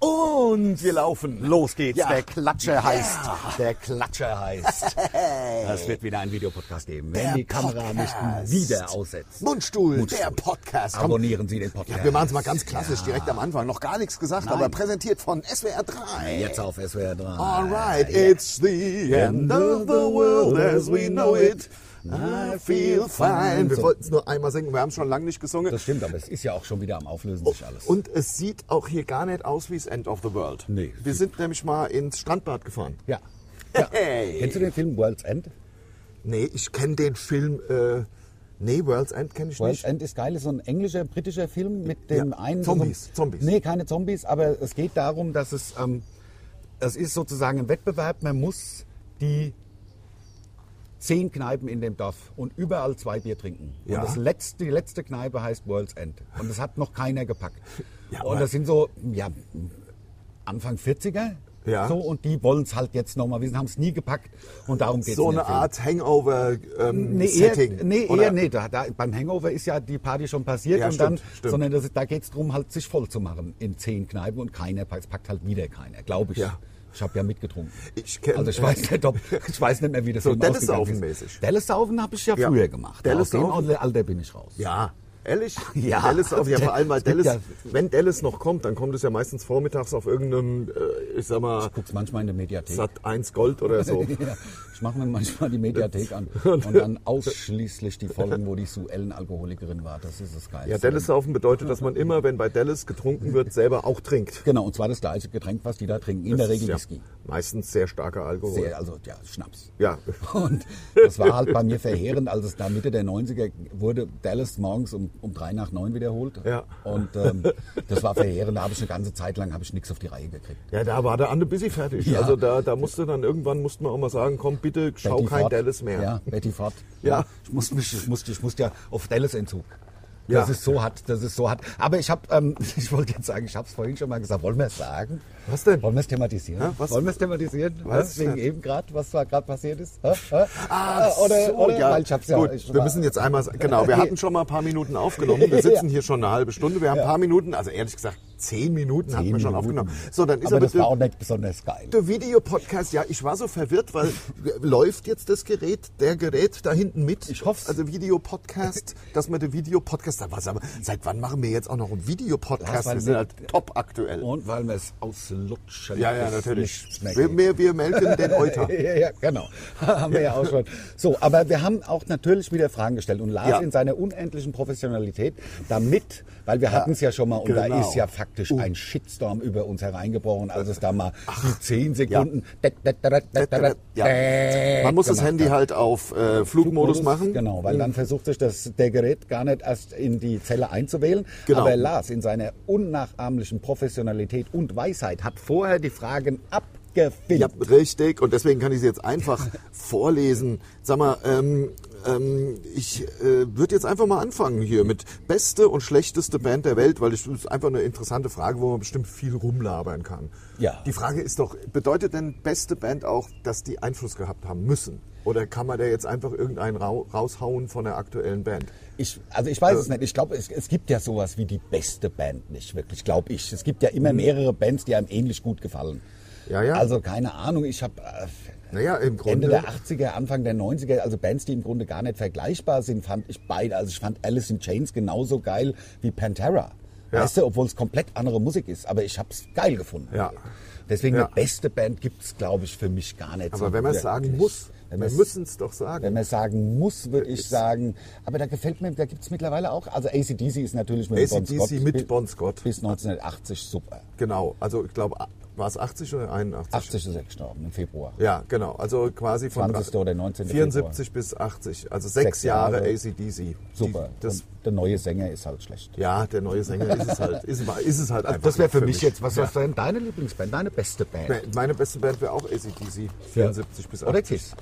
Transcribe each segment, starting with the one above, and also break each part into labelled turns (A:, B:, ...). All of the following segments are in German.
A: uns.
B: Wir laufen.
A: Los geht's.
B: Ja.
A: Der Klatscher
B: Ja.
A: heißt. Der Klatscher heißt. Es wird wieder einen Videopodcast geben, wenn
B: Der
A: die Kamera nicht
B: Podcast.
A: wieder aussetzt.
B: Mundstuhl,
A: Mundstuhl.
B: der Podcast. Komm,
A: Abonnieren Sie den Podcast.
B: Ja, wir machen es mal ganz klassisch direkt am Anfang. Noch gar nichts gesagt, aber präsentiert von SWR 3.
A: Jetzt auf SWR 3.
B: Alright, it's the end of the world as we know it. I feel fine. Wir
A: So.
B: wollten es nur einmal singen, wir haben es schon lange nicht gesungen. Oh,
A: Das stimmt, aber es ist ja auch schon wieder am Auflösen sich alles.
B: Und es sieht auch hier gar nicht aus wie das End of the World.
A: Nee.
B: Wir sind nämlich mal ins Strandbad gefahren.
A: ja. ja.
B: Hey.
A: Kennst du den Film World's End?
B: Nee, ich kenne den Film. Äh, nee, World's End kenne ich
A: World's
B: nicht.
A: End ist geil, ist so ein englischer, britischer Film mit dem
B: Ja,
A: einen... also
B: Zombies, Zombies.
A: Nee, keine Zombies, aber es geht darum, dass es... Ähm, es ist sozusagen ein Wettbewerb, man muss die zehn Kneipen in dem Dorf und überall zwei Bier trinken.
B: Ja.
A: Und das letzte, die letzte Kneipe heißt World's End. Und das hat noch keiner gepackt.
B: Ja,
A: und
B: aber-
A: das sind so, ja, Anfang 40er.
B: Ja.
A: So, und die wollen es halt jetzt nochmal wissen, haben es nie gepackt. Und darum geht es
B: So eine Art ähm,
A: Nee, eher,
B: Hangover-Setting.
A: nee, eher nee, da, da, beim Hangover ist ja die Party schon passiert
B: Ja,
A: und
B: stimmt,
A: dann,
B: stimmt.
A: sondern das, da geht es darum, halt sich voll zu machen in zehn Kneipen und keiner packt, packt halt wieder keiner, glaube ich.
B: Ja.
A: Ich habe ja mitgetrunken.
B: Ich kenn-
A: also ich weiß nicht, ob, ich weiß nicht mehr, wie das so
B: Dallas Saufen-mäßig.
A: Dallas Saufen habe ich ja,
B: Ja.
A: früher gemacht.
B: Dallas
A: Aus dem
B: Saufen?
A: Alter bin ich raus.
B: Äh, Ja. Ehrlich?
A: Ja.
B: Dallas auf, ja, vor allem, weil
A: Es gibt
B: Dallas,
A: ja-
B: wenn Dallas noch kommt, dann kommt es ja meistens vormittags auf irgendeinem, äh, ich sag mal,
A: Ich guck's manchmal in der Mediathek.
B: Sat 1 Gold oder so.
A: Ja, ich mache mir manchmal die Mediathek an und dann ausschließlich die Folgen, wo die Suellen Alkoholikerin war. Das ist das Geilste.
B: Ja, Dallas saufen bedeutet, dass man immer, wenn bei Dallas getrunken wird, selber auch trinkt.
A: Genau, und zwar das gleiche Getränk, was die da trinken. In der Regel
B: ja
A: Whisky.
B: meistens sehr starker Alkohol.
A: Sehr, also ja, Schnaps.
B: Ja.
A: Und das war halt bei mir verheerend, als es da Mitte der 90er wurde Dallas morgens um, um drei nach neun wiederholt.
B: Ja.
A: Und ähm, das war verheerend. Da habe ich eine ganze Zeit lang habe ich nichts auf die Reihe gekriegt.
B: Ja, da war der Ande busy fertig.
A: Ja.
B: Also da, da musste dann irgendwann mussten wir auch mal sagen, komm bitte, schau
A: Betty
B: kein
A: Ford.
B: Dallas mehr.
A: Ja, Betty Ford.
B: Ja.
A: Ich musste mich, ich musste, ich musste ja auf Dallas-Entzug.
B: Ja.
A: Das ist so hart, das ist so hart. Aber ich habe, ähm, ich wollte jetzt sagen, ich habe es vorhin schon mal gesagt. Wollen wir es sagen?
B: Was denn?
A: Wollen wir es thematisieren?
B: Ja, was-
A: Wollen wir es thematisieren?
B: Weiß
A: Wegen
B: nicht.
A: eben gerade, was da gerade passiert ist? Hä? Hä?
B: Ach
A: Äh, oder,
B: so,
A: oder?
B: ja.
A: Weil ich hab's ja
B: Gut,
A: schon
B: wir
A: mal-
B: müssen jetzt einmal, genau, wir hatten schon mal ein paar Minuten aufgenommen. Wir sitzen hier schon eine halbe Stunde. Wir haben ein paar Minuten, also ehrlich gesagt, zehn Minuten hatten
A: Zehn
B: wir schon
A: Minuten.
B: aufgenommen. So, dann ist
A: aber
B: aber
A: das war
B: der,
A: auch nicht besonders geil.
B: der Videopodcast, ja, ich war so verwirrt, weil läuft jetzt das Gerät, der Gerät da hinten mit?
A: Ich hoff's.
B: Also Videopodcast, dass wir den Videopodcast, da was, aber seit wann machen wir jetzt auch noch einen
A: Lars,
B: Videopodcast?
A: weil
B: Wir sind
A: wir-
B: halt top aktuell.
A: Und weil wir es auslutschen.
B: Ja, ja,
A: bis
B: natürlich.
A: nichts mehr
B: Wir,
A: geht.
B: wir, wir melken den Euter.
A: Ja, ja, genau. haben wir ja auch schon. So, aber wir haben auch natürlich wieder Fragen gestellt und Lars
B: Ja.
A: in seiner unendlichen Professionalität damit, weil wir hatten es ja schon mal und da
B: genau.
A: ist ja faktisch ein Shitstorm über uns hereingebrochen, als es da mal die zehn Sekunden.
B: Äh, Genau, Ja. Man muss das
A: gemacht
B: Handy
A: hat.
B: halt auf äh, Flugmodus machen.
A: Genau, weil dann versucht sich das, der Gerät gar nicht erst in die Zelle einzuwählen.
B: Genau.
A: Aber Lars in seiner unnachahmlichen Professionalität und Weisheit hat vorher die Fragen
B: Ja,
A: abgefilmt.
B: richtig. Und deswegen kann ich sie jetzt einfach vorlesen. Sag mal, ähm, ähm, ich äh, würde jetzt einfach mal anfangen hier mit beste und schlechteste Band der Welt, weil ich, das ist einfach eine interessante Frage, wo man bestimmt viel rumlabern kann.
A: Ja.
B: Die Frage ist doch, bedeutet denn beste Band auch, dass die Einfluss gehabt haben müssen? Oder kann man da jetzt einfach irgendeinen rau raushauen von der aktuellen Band?
A: Ich, also ich weiß es
B: Äh.
A: nicht. Ich glaube, es, es gibt ja sowas wie die beste Band nicht wirklich, glaube ich. Es gibt ja immer mehrere Bands, die einem ähnlich gut gefallen.
B: Hm. Ja, ja.
A: Also keine Ahnung. Ich habe äh,
B: Naja, im Grunde.
A: Ende der 80er, Anfang der 90er, also Bands, die im Grunde gar nicht vergleichbar sind, fand ich beide. Also ich fand Alice in Chains genauso geil wie Pantera.
B: Ja.
A: Weißt du, obwohl es komplett andere Musik ist, aber ich hab's geil gefunden.
B: Ja.
A: Deswegen
B: Ja.
A: eine beste Band gibt's, glaube ich, für mich gar nicht.
B: aber
A: so
B: wenn man es sagen
A: wirklich.
B: muss,
A: Wenn
B: wir
A: man's-
B: müssen es doch sagen.
A: wenn man sagen muss, würde ich sagen, aber da gefällt mir, da gibt es mittlerweile auch, also ACDC ist natürlich mit Bon
B: AC/DC
A: Scott
B: mit
A: bi-
B: Bon Scott.
A: bis 1980 super.
B: Genau, also ich glaube, war es 80 oder 81?
A: 80 ist er gestorben im Februar.
B: Ja, genau. Also quasi von
A: 20. oder 19.
B: 74 bis 80. Also sechs
A: Sechs
B: Jahre,
A: Jahre.
B: ACDC.
A: Super.
B: Die, das,
A: Und der neue Sänger ist halt schlecht.
B: ja, der neue Sänger ist es halt. Ist, ist es halt einfach.
A: was ja. wäre deine Lieblingsband, deine beste Band?
B: Meine beste Band wäre auch ACDC. 74 bis 80.
A: Oder Kiss.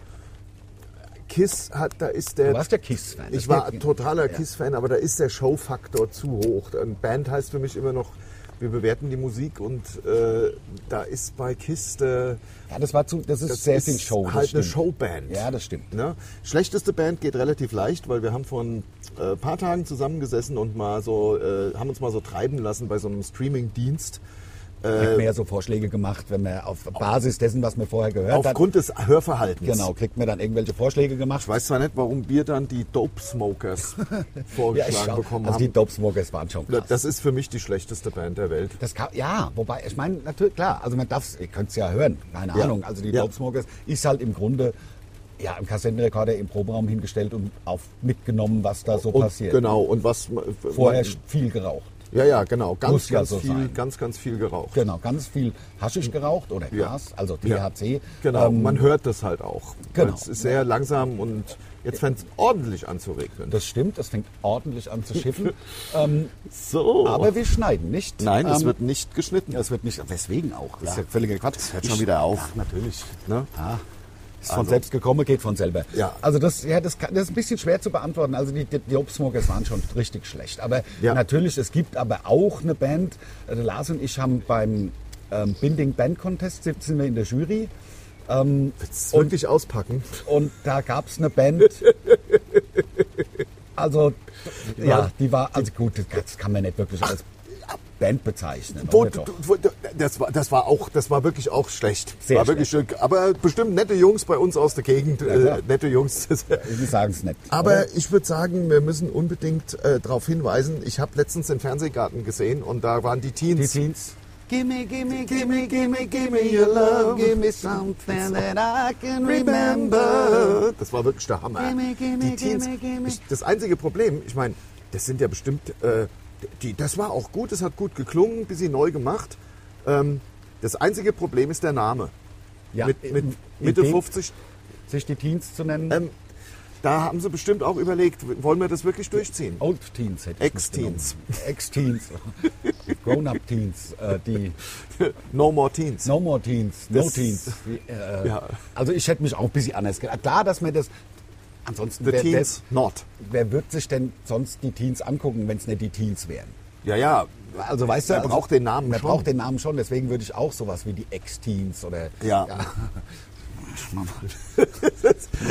B: Kiss hat, da ist der.
A: Du warst ja Kiss-Fan.
B: Ich
A: Das
B: war
A: geht-
B: totaler
A: Ja.
B: Kiss-Fan, aber da ist der Showfaktor zu hoch. Eine Band heißt für mich immer noch, wir bewerten die Musik und äh, da ist bei Kiss der.
A: Ja, das war zu, das ist sehr viel Show. das
B: Halt eine
A: stimmt.
B: Showband.
A: Ja, das stimmt.
B: Ne? Schlechteste Band geht relativ leicht, weil wir haben vor ein äh, paar Tagen zusammengesessen und mal so, äh, haben uns mal so treiben lassen bei so einem Streaming-Dienst,
A: Kriegt man ja so Vorschläge gemacht, wenn man auf Basis dessen, was man vorher gehört hat.
B: Aufgrund des Hörverhaltens.
A: Genau, kriegt man dann irgendwelche Vorschläge gemacht.
B: Ich weiß zwar nicht, warum wir dann die Dope Smokers vorgeschlagen
A: schau-
B: bekommen
A: also die
B: haben.
A: Dope Smokers waren schon krass.
B: Das ist für mich die schlechteste Band der Welt.
A: Das kann, ja, wobei, ich meine, natürlich, klar, also man darf ihr könnt's ja hören, keine
B: Ja.
A: Ahnung. Also die
B: Ja.
A: Dope Smokers ist halt im Grunde ja, im Kassettenrekorder im Proberaum hingestellt und auf mitgenommen, was da so
B: Und
A: passiert.
B: genau, und was man-
A: Vorher viel geraucht.
B: Ja, ja, genau. Ganz,
A: Muss ja
B: ganz
A: so
B: viel,
A: sein.
B: ganz, ganz viel geraucht.
A: Genau, ganz viel Haschisch geraucht oder
B: Ja.
A: Gras, also
B: Ja.
A: THC.
B: Genau,
A: Ähm,
B: man hört das halt auch.
A: genau.
B: Es ist sehr langsam und jetzt fängt es ordentlich an zu regnen.
A: das stimmt, das fängt ordentlich an zu schiffen. ähm,
B: so.
A: aber wir schneiden nicht.
B: Nein, es
A: Ähm,
B: wird nicht geschnitten.
A: ja, es wird nicht. Weswegen auch? Das ist ja völliger Quatsch. Es
B: hört schon wieder auf.
A: Ja, natürlich.
B: Ne?
A: Ja. Ist von
B: Also-
A: selbst gekommen, geht von selber.
B: Ja.
A: Also das, ja, das, kann, das ist ein bisschen schwer zu beantworten. Also die, die, die Obsmokers waren schon richtig schlecht. Aber
B: Ja.
A: natürlich, es gibt aber auch eine Band. Äh, der Lars und ich haben beim ähm, Binding Band Contest sitzen wir in der Jury.
B: Willst du wirklich auspacken?
A: Und da gab es eine Band. Also, ja, die war, also gut, das kann man nicht wirklich als Band bezeichnen.
B: Wo,
A: Oder
B: du,
A: doch?
B: wo, du- das, war, das war auch, das war wirklich auch schlecht.
A: Sehr
B: war wirklich schön. Aber bestimmt nette Jungs bei uns aus der Gegend.
A: klar.
B: äh, nette Jungs.
A: Die sagen es nicht.
B: Aber ich würde sagen, wir müssen unbedingt äh, darauf hinweisen. Ich habe letztens den Fernsehgarten gesehen und da waren die Teens.
A: Teens.
C: Gimme, gimme, gimme, gimme, gimme your love. Gimme something that I can remember.
B: Remember. Das war wirklich der Hammer.
C: Gimme, gimme,
B: die Teens.
C: gimme, gimme.
B: Ich, das einzige Problem, ich meine, das sind ja bestimmt, äh, die, das war auch gut, das hat gut geklungen, bis sie neu gemacht. Ähm, das einzige Problem ist der Name.
A: Ja, äh,
B: mit, mit
A: in- in
B: Mitte
A: dem-
B: 50.
A: Sich die Teens zu nennen.
B: Ähm, da haben sie bestimmt auch überlegt, w- wollen wir das wirklich durchziehen?
A: Old Teens hätte ich nicht
B: Ex-Teens.
A: genommen. Ex-Teens. Grown-up Teens. Äh, die
B: No more Teens.
A: No More Teens. No
B: Das-
A: Teens. Wie, äh,
B: Ja.
A: Also ich hätte mich auch ein bisschen anders gedacht. Ah, Klar, dass man das... Ansonsten,
B: The
A: wer, wer,
B: Teens not.
A: wer wird sich denn sonst die Teens angucken, wenn es nicht die Teens wären?
B: Ja, ja.
A: Also weißt du,
B: Man
A: also,
B: braucht den Namen
A: man
B: schon.
A: braucht den Namen schon, deswegen würde ich auch sowas wie die Ex-Teens oder
B: Ja.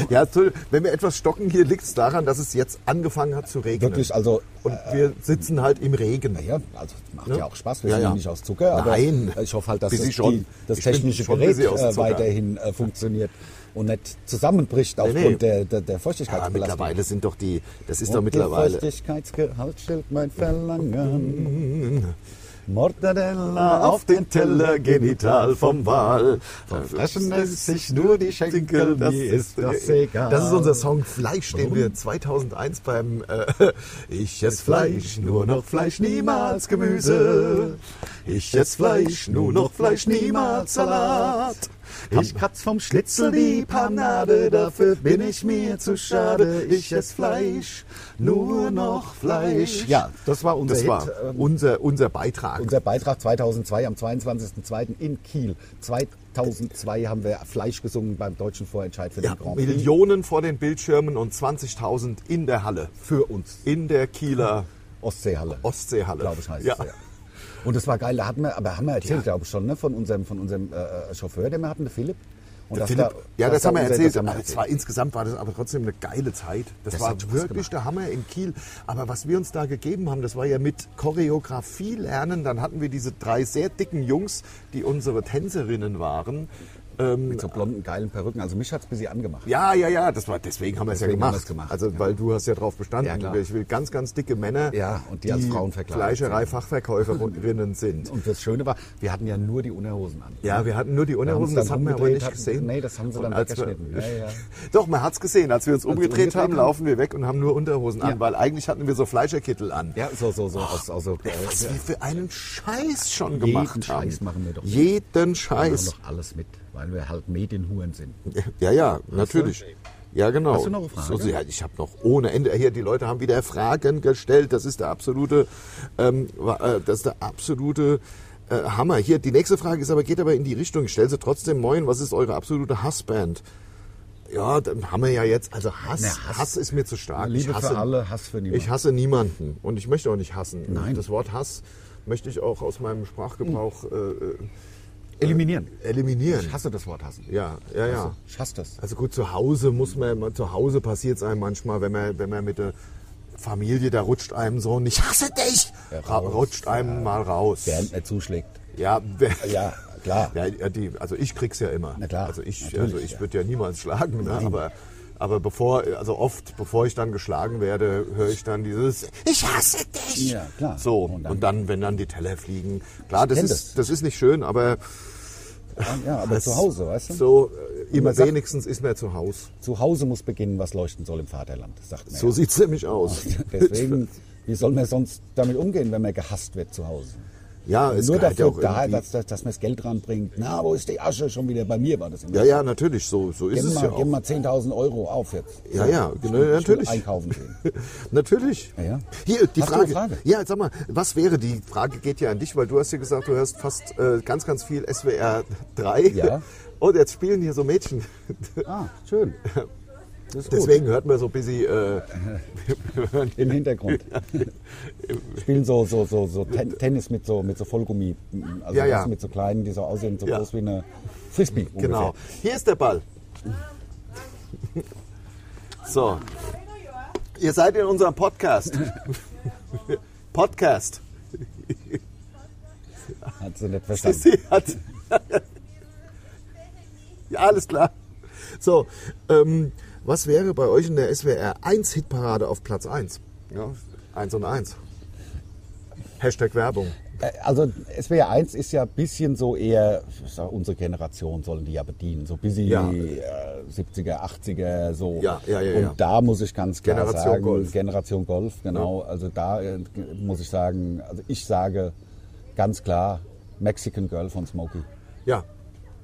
B: ja, Entschuldigung, wenn wir etwas stocken, hier liegt es daran, dass es jetzt angefangen hat zu regnen.
A: wirklich, also
B: Und wir sitzen halt im Regen.
A: ja, also macht
B: Ne?
A: ja auch Spaß, wir
B: Ja,
A: sind ja
B: ja.
A: nicht aus Zucker, aber
B: Nein.
A: ich hoffe halt, dass
B: Bisschen
A: das,
B: schon.
A: die, das
B: Ich bin
A: technische
B: schon ein
A: Gerät
B: bisschen aus
A: äh,
B: Zucker.
A: weiterhin äh, funktioniert und nicht zusammenbricht aufgrund
B: nee.
A: der, der, der
B: Aber
A: Feuchtigkeitsbelastung.
B: mittlerweile sind doch die, das ist
A: und
B: doch mittlerweile.
A: Der Feuchtigkeitsgehalt stillt mein Verlangen. Mortadella auf den Teller genital vom Wal. Verfressen es sich nur die Schenkel, das mir ist das egal.
B: äh, Das ist unser Song Fleisch, den wir 2001 beim äh, Ich ess Fleisch, nur noch Fleisch, niemals Gemüse. Ich ess Fleisch, nur noch Fleisch, niemals Salat.
A: Ich kratz vom Schlitzel die Panade, dafür bin ich mir zu schade. Ich ess Fleisch, nur noch Fleisch. Ja, das war unser
B: Das
A: Hit.
B: war
A: ähm,
B: unser, unser Beitrag.
A: unser Beitrag 2002 am 22.02. in Kiel. 2002 haben wir Fleisch gesungen beim deutschen Vorentscheid für
B: ja,
A: den Grand Prix.
B: Millionen vor den Bildschirmen und 20.000 in der Halle.
A: Für uns.
B: In der Kieler
A: Ostseehalle.
B: Ostseehalle.
A: glaube ich heißt
B: ja.
A: es. Ja. Und das war geil, da hatten wir, aber haben wir erzählt, glaube ich schon, ne, von unserem, von unserem äh, äh, Chauffeur, den wir hatten, der Philipp. Und
B: Der
A: dass
B: Philipp,
A: da-
B: ja,
A: dass
B: das
A: da
B: haben wir
A: unser-
B: erzählt.
A: das haben wir
B: aber es war, insgesamt war das aber trotzdem eine geile Zeit. Das,
A: Das
B: war
A: hat Spaß
B: wirklich
A: gemacht.
B: der Hammer in Kiel. Aber was wir uns da gegeben haben, das war ja mit Choreografie lernen. Dann hatten wir diese drei sehr dicken Jungs, die unsere Tänzerinnen waren. Ähm,
A: Mit so blonden, geilen Perücken. Also mich hat es ein bisschen angemacht.
B: ja, ja, ja, das war, deswegen haben wir es ja
A: Deswegen haben
B: gemacht.
A: wir es gemacht, genau.
B: Also, weil du hast ja drauf bestanden.
A: Ja, klar.
B: ich will ganz, ganz dicke Männer,
A: Ja, und die als Frauen verkleidet
B: Fleischerei-Fachverkäuferinnen sind.
A: Und das Schöne war, wir hatten ja nur die Unterhosen an.
B: Ja, wir hatten nur die Unterhosen,
A: dann
B: das haben wir aber
A: umgedreht,
B: nicht
A: hatten-
B: gesehen.
A: nee, das haben sie
B: Und
A: dann
B: als wir-
A: weggeschnitten. Ja, ja.
B: Doch, man hat's gesehen. Als wir uns
A: wir
B: umgedreht,
A: umgedreht
B: haben,
A: haben.
B: laufen wir weg und haben nur Unterhosen
A: Ja.
B: an, weil eigentlich hatten wir so Fleischerkittel an.
A: Ja, so, so, so. aus, aus, so
B: Was wir für einen Scheiß schon
A: Jeden
B: gemacht haben.
A: Scheiß machen wir doch.
B: Jeden
A: wir haben
B: Scheiß.
A: noch alles mit, weil wir halt Medienhuren sind.
B: Ja, ja, natürlich. Ja, genau.
A: Hast du noch eine Frage?
B: So, ja, ich habe noch ohne Ende hier. Die Leute haben wieder Fragen gestellt. Das ist der absolute, ähm, wa- äh, das ist der absolute äh, Hammer. Hier, die nächste Frage ist aber, geht aber in die Richtung. Ich stell sie trotzdem, moin, was ist eure absolute Hassband? Ja, dann haben wir ja jetzt, also Hass,
A: Na,
B: Hass,
A: Hass-
B: ist mir zu stark.
A: Liebe
B: ich hasse,
A: für alle, Hass für niemanden.
B: Ich hasse niemanden und ich möchte auch nicht hassen.
A: Nein.
B: Das Wort Hass möchte ich auch aus meinem Sprachgebrauch äh,
A: Eliminieren.
B: äh, eliminieren.
A: Ich hasse das Wort hassen.
B: Ja, ja, ja.
A: Ich hasse das.
B: Also gut, zu Hause muss man, man- zu Hause passiert es einem manchmal, wenn man, wenn man mit der Familie, da rutscht einem so ein Ich hasse dich,
A: Ja,
B: ra-
A: raus.
B: rutscht einem mal raus.
A: Während er zuschlägt.
B: Ja, wer-
A: Ja, klar.
B: Ja, ja, die, also ich krieg's ja immer.
A: Na klar,
B: Also ich,
A: natürlich,
B: also ich
A: ja.
B: würde ja niemals schlagen, ne? aber, aber bevor, also oft, bevor ich dann geschlagen werde, höre ich dann dieses Ich hasse dich.
A: Ja, klar.
B: So,
A: Und
B: und
A: dann-
B: dann, wenn dann die Teller fliegen. Klar, das
A: kenn
B: ist,
A: das.
B: das. ist nicht schön, aber
A: Ja, aber
B: das-
A: zu Hause, weißt du?
B: So, äh,
A: man
B: immer
A: sagt-
B: wenigstens ist man zu Hause.
A: Zu Hause muss beginnen, was leuchten soll im Vaterland, sagt man.
B: So
A: ja.
B: sieht's nämlich aus.
A: Deswegen, wie soll man sonst damit umgehen, wenn man gehasst wird zu Hause?
B: ja, es
A: Nur
B: gehört ja
A: dafür
B: auch
A: da,
B: irgendwie-
A: dass, dass, dass man das Geld ranbringt. Na, wo ist die Asche? Schon wieder bei mir war das immer.
B: Ja, ja, natürlich, so, so ist
A: Geben
B: es
A: mal,
B: ja
A: geben mal
B: auch.
A: 10.000 Euro auf jetzt.
B: Ja, ja,
A: Ich will-
B: genau,
A: ich will
B: natürlich.
A: Einkaufen gehen.
B: Natürlich.
A: Ja, ja.
B: Hier, die
A: Hast du
B: Frage.
A: eine Frage?
B: Ja, sag mal, was wäre die Frage geht ja an dich, weil du hast ja gesagt, du hörst fast äh, ganz, ganz viel SWR 3.
A: Ja.
B: Und jetzt spielen hier so Mädchen.
A: Ah, schön. Das ist gut.
B: Deswegen hört man so ein bisschen. Äh,
A: Im Hintergrund. Spielen so, so, so, so Ten Tennis mit so, mit so Vollgummi. Also
B: Ja, ja.
A: weißt du, mit so kleinen, die so aussehen, so
B: Ja.
A: groß wie eine Frisbee.
B: genau.
A: ungefähr.
B: Hier ist der Ball. So. Ihr seid in unserem Podcast. Podcast.
A: Hat sie nicht verstanden.
B: Sie hat. ja, alles klar. So, ähm, was wäre bei euch in der SWR 1 Hitparade auf Platz 1? Ja, 1 und 1. Hashtag Werbung.
A: Äh, Also SWR 1 ist ja ein bisschen so eher, ich sag, unsere Generation sollen die ja bedienen, so bis sie
B: Ja.
A: äh, 70er, 80er, so.
B: Ja, ja, ja,
A: Und
B: ja.
A: da muss ich ganz klar
B: Generation
A: sagen,
B: Golf.
A: Generation Golf, genau. Also da äh, muss ich sagen, also ich sage ganz klar Mexican Girl von Smokey.
B: Ja,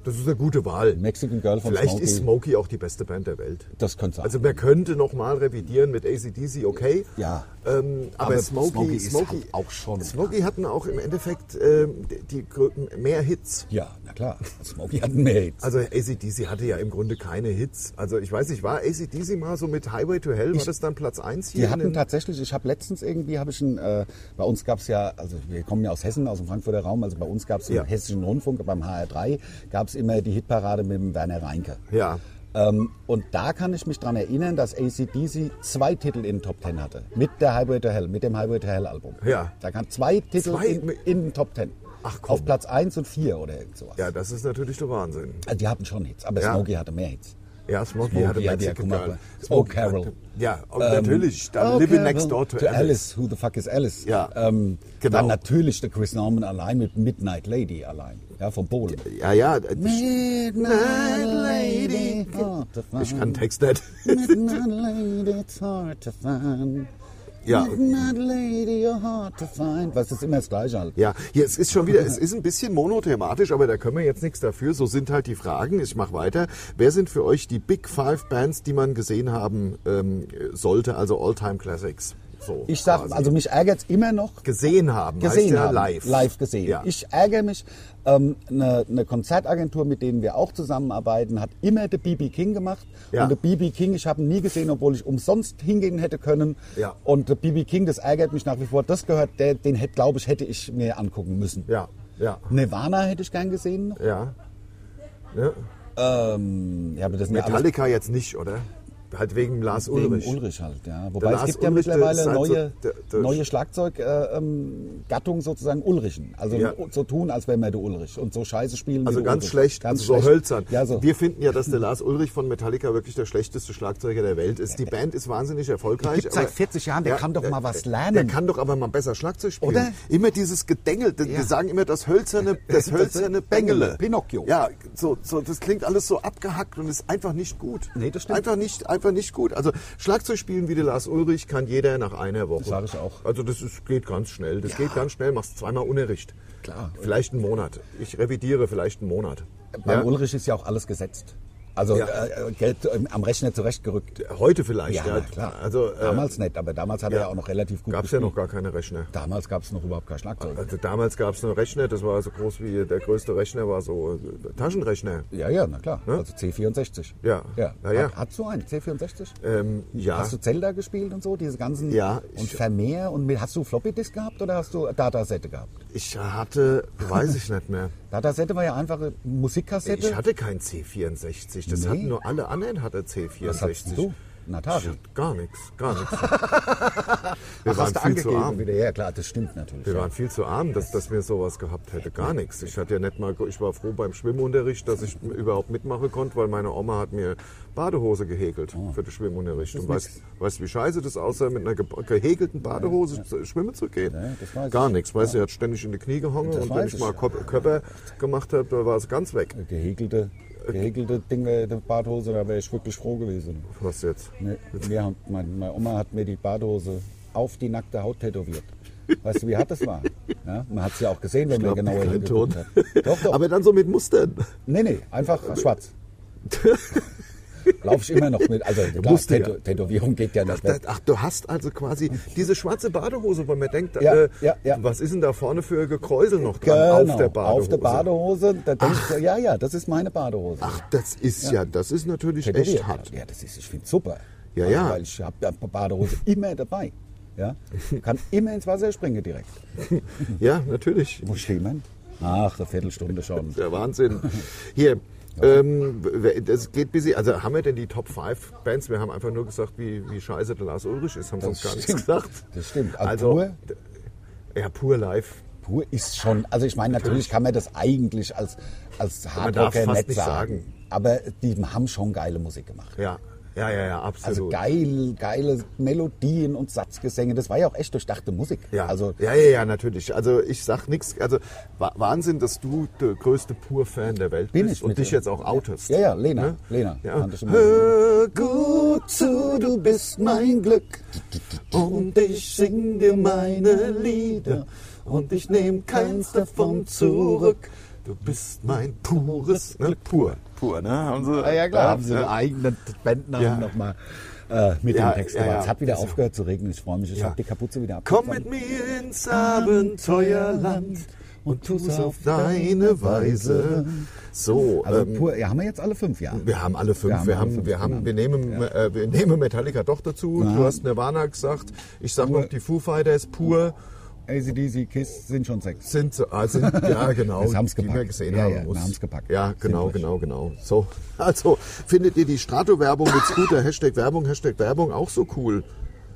B: das ist eine gute Wahl.
A: Mexican Girl von
B: Vielleicht
A: Smokey.
B: ist Smokey auch die beste Band der Welt.
A: Das könnte sein.
B: Also man könnte nochmal revidieren mit ACDC, okay.
A: Ja.
B: Ähm, aber,
A: Aber
B: Smokey,
A: Smokey ist
B: Smokey-
A: halt auch schon-
B: Smokey hatten auch im Endeffekt ähm, die, die grö- mehr Hits.
A: ja, na klar. Smokey hat einen Mate.
B: Also ACDC hatte ja im Grunde keine Hits. Also ich weiß nicht, war ACDC mal so mit Highway to Hell, war das dann Platz 1 hier?
A: Die
B: in
A: hatten
B: den-
A: tatsächlich, ich habe letztens irgendwie, habe ich ein, äh, bei uns gab es ja, also wir kommen ja aus Hessen, aus dem Frankfurter Raum, also bei uns gab es
B: Ja.
A: im Hessischen Rundfunk, beim HR3, gab es immer die Hitparade mit dem Werner Reinke.
B: ja.
A: Ähm, und da kann ich mich dran erinnern, dass ACDC zwei Titel in den Top Ten hatte. Mit der Highway to Hell, mit dem Highway to Hell Album.
B: Ja.
A: Da kamen zwei Titel
B: Zwei?
A: in, in den Top Ten.
B: Ach, komm.
A: Auf Platz 1 und 4 oder irgend sowas.
B: ja, das ist natürlich der Wahnsinn.
A: Also die hatten schon Hits, aber
B: Ja.
A: Smokey hatte mehr Hits.
B: Ja, Smokey,
A: Smokey
B: hatte
A: hat ja,
B: Mexican
A: guck mal,
B: Girl.
A: Oh,
B: Smokey hatte-
A: Carol.
B: Ja, und
A: Ähm,
B: natürlich. Dann
A: oh,
B: Living
A: Carol
B: Next Door to,
A: Alice. Who the fuck is Alice?
B: Ja,
A: Ähm,
B: genau.
A: Dann natürlich der Chris Norman allein mit Midnight Lady allein. Ja, vom Bohlen.
B: Ja, ja.
A: Midnight Lady. hard to find.
B: Ich kann den Text nicht.
A: Midnight Lady, it's hard to find.
B: Ja.
A: Midnight Lady, you're hard to find. Was ist immer das Gleiche halt.
B: Ja, hier, es ist schon wieder, es ist ein bisschen monothematisch, aber da können wir jetzt nichts dafür. So sind halt die Fragen. Ich mache weiter. Wer sind für euch die Big Five Bands, die man gesehen haben ähm, sollte, also All-Time Classics? So
A: Ich sag,
B: quasi.
A: also mich ärgert's immer noch,
B: gesehen haben.
A: gesehen
B: heißt ja
A: haben.
B: live.
A: gesehen.
B: Ja.
A: Ich ärgere mich. Ähm, eine, eine Konzertagentur, mit denen wir auch zusammenarbeiten, hat immer The BB King gemacht.
B: Ja.
A: Und The BB King, ich habe ihn nie gesehen, obwohl ich umsonst hingehen hätte können.
B: Ja.
A: Und The BB King, das ärgert mich nach wie vor. Das gehört, der, den hätte, glaube ich, hätte ich mir angucken müssen.
B: ja, ja,
A: Nirvana hätte ich gern gesehen.
B: ja. ja.
A: Ähm, ja, aber das sind ja alles
B: Metallica jetzt nicht, oder? Halt wegen Lars
A: wegen
B: Ulrich.
A: Ulrich halt, ja. Wobei es
B: Lars
A: gibt ja
B: Ulrich, der
A: mittlerweile
B: ist halt so
A: neue,
B: der- der-
A: neue Schlagzeuggattung sozusagen Ulrichen. Also
B: Ja.
A: so tun, als wäre man der Ulrich und so scheiße spielen. wie
B: Also
A: der
B: ganz
A: Ulrich.
B: schlecht, also so hölzern.
A: Ja, so.
B: Wir finden ja, dass der Lars Ulrich von Metallica wirklich der schlechteste Schlagzeuger der Welt ist. Die Band ist wahnsinnig erfolgreich.
A: Gibt seit
B: aber-
A: 40 Jahren, der
B: Ja,
A: kann doch mal was lernen.
B: Der kann doch aber mal besser Schlagzeug spielen.
A: Oder?
B: Immer dieses Gedengel, die die sagen immer das hölzerne, das hölzerne Bengele.
A: Pinocchio.
B: Ja, so, so, das klingt alles so abgehackt und ist einfach nicht gut.
A: Nee, das stimmt.
B: Einfach nicht, einfach nicht gut. Also Schlagzeug spielen wie der Lars Ulrich kann jeder nach einer Woche.
A: sag ich auch.
B: Also das ist, geht ganz schnell. Das geht ganz schnell, machst zweimal Unterricht.
A: Klar.
B: Vielleicht einen Monat. Ich revidiere vielleicht einen Monat.
A: Beim
B: Ja?
A: Ulrich ist ja auch alles gesetzt. Also
B: Ja.
A: äh, äh, Geld ähm, am Rechner zurechtgerückt.
B: Heute
A: Ja,
B: vielleicht, ja.
A: na klar.
B: Also, äh,
A: damals nicht, aber damals hat er ja auch noch relativ gut
B: Gab es ja
A: gespielt.
B: noch gar keine Rechner.
A: damals gab es noch überhaupt kein Schlagzeug.
B: Also damals gab es einen Rechner, das war so groß wie der größte Rechner, war so äh, Taschenrechner.
A: Ja, ja, na klar. Also C64.
B: Ja.
A: ja.
B: Ja, ja.
A: Hat, hast du einen C64?
B: Ähm, ja.
A: Hast du Zelda gespielt und so, diese ganzen
B: Ja,
A: und
B: ich-
A: Vermeer und mit- hast du Floppy Disk gehabt oder hast du Datasette gehabt?
B: Ich hatte, weiß ich nicht mehr.
A: Datasette war ja einfache Musikkassette.
B: Ich hatte kein C64. Das
A: Nee.
B: hatten nur alle anderen hatte C64.
A: Was hattest du? Natari.
B: Gar nichts, gar nichts.
A: Wir
B: Wir
A: Ach,
B: waren
A: hast du
B: viel zu
A: angegeben
B: arm.
A: wieder. Ja, klar, das stimmt natürlich.
B: Wir waren viel zu arm, dass, dass wir sowas gehabt hätte. Gar nichts. Ich hatte ja nicht mal, ich war froh beim Schwimmunterricht, dass ich überhaupt mitmachen konnte, weil meine Oma hat mir Badehose gehäkelt
A: Ah.
B: für den Schwimmunterricht. Und weißt, weißt du, wie scheiße das aussah, mit einer ge- gehäkelten Badehose zu- schwimmen zu gehen?
A: Ja, das weiß ich.
B: Gar nichts. Weißt du, er hat ständig in die Knie gehangen
A: Das
B: und wenn
A: weiß
B: ich
A: ich.
B: mal Kop- Körper gemacht habe, da war es ganz weg.
A: Gehäkelte,
B: Äh,
A: gehäkelte Dinge, die Badhose, da wäre ich wirklich froh gewesen.
B: Was jetzt?
A: Ne, wir haben, mein, meine Oma hat mir die Badehose auf die nackte Haut tätowiert. Weißt du, wie hart das war? Ja, man hat es ja auch gesehen, genau, wenn man
B: Glaubt
A: genauer hingeguckt
B: kein Ton.
A: hat. Doch, doch.
B: Aber dann so mit Mustern.
A: nee, nee, einfach schwarz. Laufe ich immer noch mit. Also klar,
B: musst du ja.
A: Tätow Tätowierung geht ja nicht
B: Das,
A: weg.
B: ach, du hast also quasi diese schwarze Badehose, wo man denkt,
A: Ja,
B: äh,
A: ja, ja.
B: was ist denn da vorne für Gekräusel noch dran
A: Genau,
B: auf der Badehose?
A: Auf der Badehose. Da denkst du, ja, ja, das ist meine Badehose.
B: Ach, das ist ja, das ist natürlich
A: tätowiert.
B: echt hart.
A: Ja, das ist, ich finde super.
B: Ja,
A: also,
B: ja.
A: Weil ich habe eine Badehose immer dabei. Ja, kann immer ins Wasser springen direkt.
B: Ja, natürlich.
A: Wo steht man? Ach, eine Viertelstunde schon.
B: Der Wahnsinn. Hier, ähm, wer- das geht bis also haben wir denn die Top 5 Bands? Wir haben einfach nur gesagt, wie, wie scheiße der Lars Ulrich ist, haben sonst gar nichts gesagt.
A: Das stimmt. Also,
B: Also,
A: pur,
B: d- ja, pur live.
A: pur ist schon. Also ich meine, natürlich kann man das eigentlich als, als
B: darf
A: Hardrocker
B: fast
A: nicht
B: nicht
A: sagen.
B: sagen.
A: Aber die haben schon geile Musik gemacht.
B: Ja, ja, ja, ja,
A: Also
B: absolut.
A: geil, geile Melodien und Satzgesänge. Das war ja auch echt durchdachte Musik.
B: Ja,
A: Also
B: ja, ja, ja, natürlich. Also ich sag nichts. Also Wa- Wahnsinn, dass du der größte Pur-Fan der Welt
A: Bin
B: bist
A: ich
B: und
A: mit
B: dich
A: dir.
B: jetzt auch outest.
A: Ja, ja, Lena.
B: Ne?
A: Lena.
B: Ja.
A: Fand ich immer-
B: Hör gut zu, du bist mein Glück.
C: Und ich sing dir meine Lieder und ich nehm keins davon zurück.
B: Du bist mein pures ne? Pur.
C: Pur, ne? Haben sie,
A: Ah,
C: da
A: ja, klar. Da
C: haben
A: haben sie einen eigenen Bandnamen
B: Ja.
A: nochmal äh, mit
B: Ja,
A: dem Text gemacht.
B: ja, ja. Also.
A: Es hat wieder aufgehört zu regnen. Ich freue mich. Ich
B: Ja.
A: habe die Kapuze wieder ab.
B: Komm mit mir ins Abenteuerland und tu's auf deine Weise. So,
A: Also
B: ähm,
A: pur, ja, haben wir jetzt alle fünf, ja.
B: Wir haben alle fünf.
A: Wir haben
B: Wir
A: alle
B: haben,
A: fünf genau.
B: wir haben,
A: genannt.
B: wir nehmen, äh, wir nehmen Metallica doch dazu. Du hast Nirvana gesagt. Ich sag noch, die Foo Fighters pur
A: ACDC, Kiss sind schon sechs.
B: sind, so- ah, sind ja genau,
A: Wir haben's
B: die wir
A: gepackt.
B: gesehen
A: Ja,
B: haben.
A: ja, wir
B: muss.
A: haben's gepackt.
B: Ja, genau,
A: Sind
B: genau, genau. So, also findet ihr die Strato-Werbung mit Scooter Hashtag Werbung Hashtag Werbung auch so cool?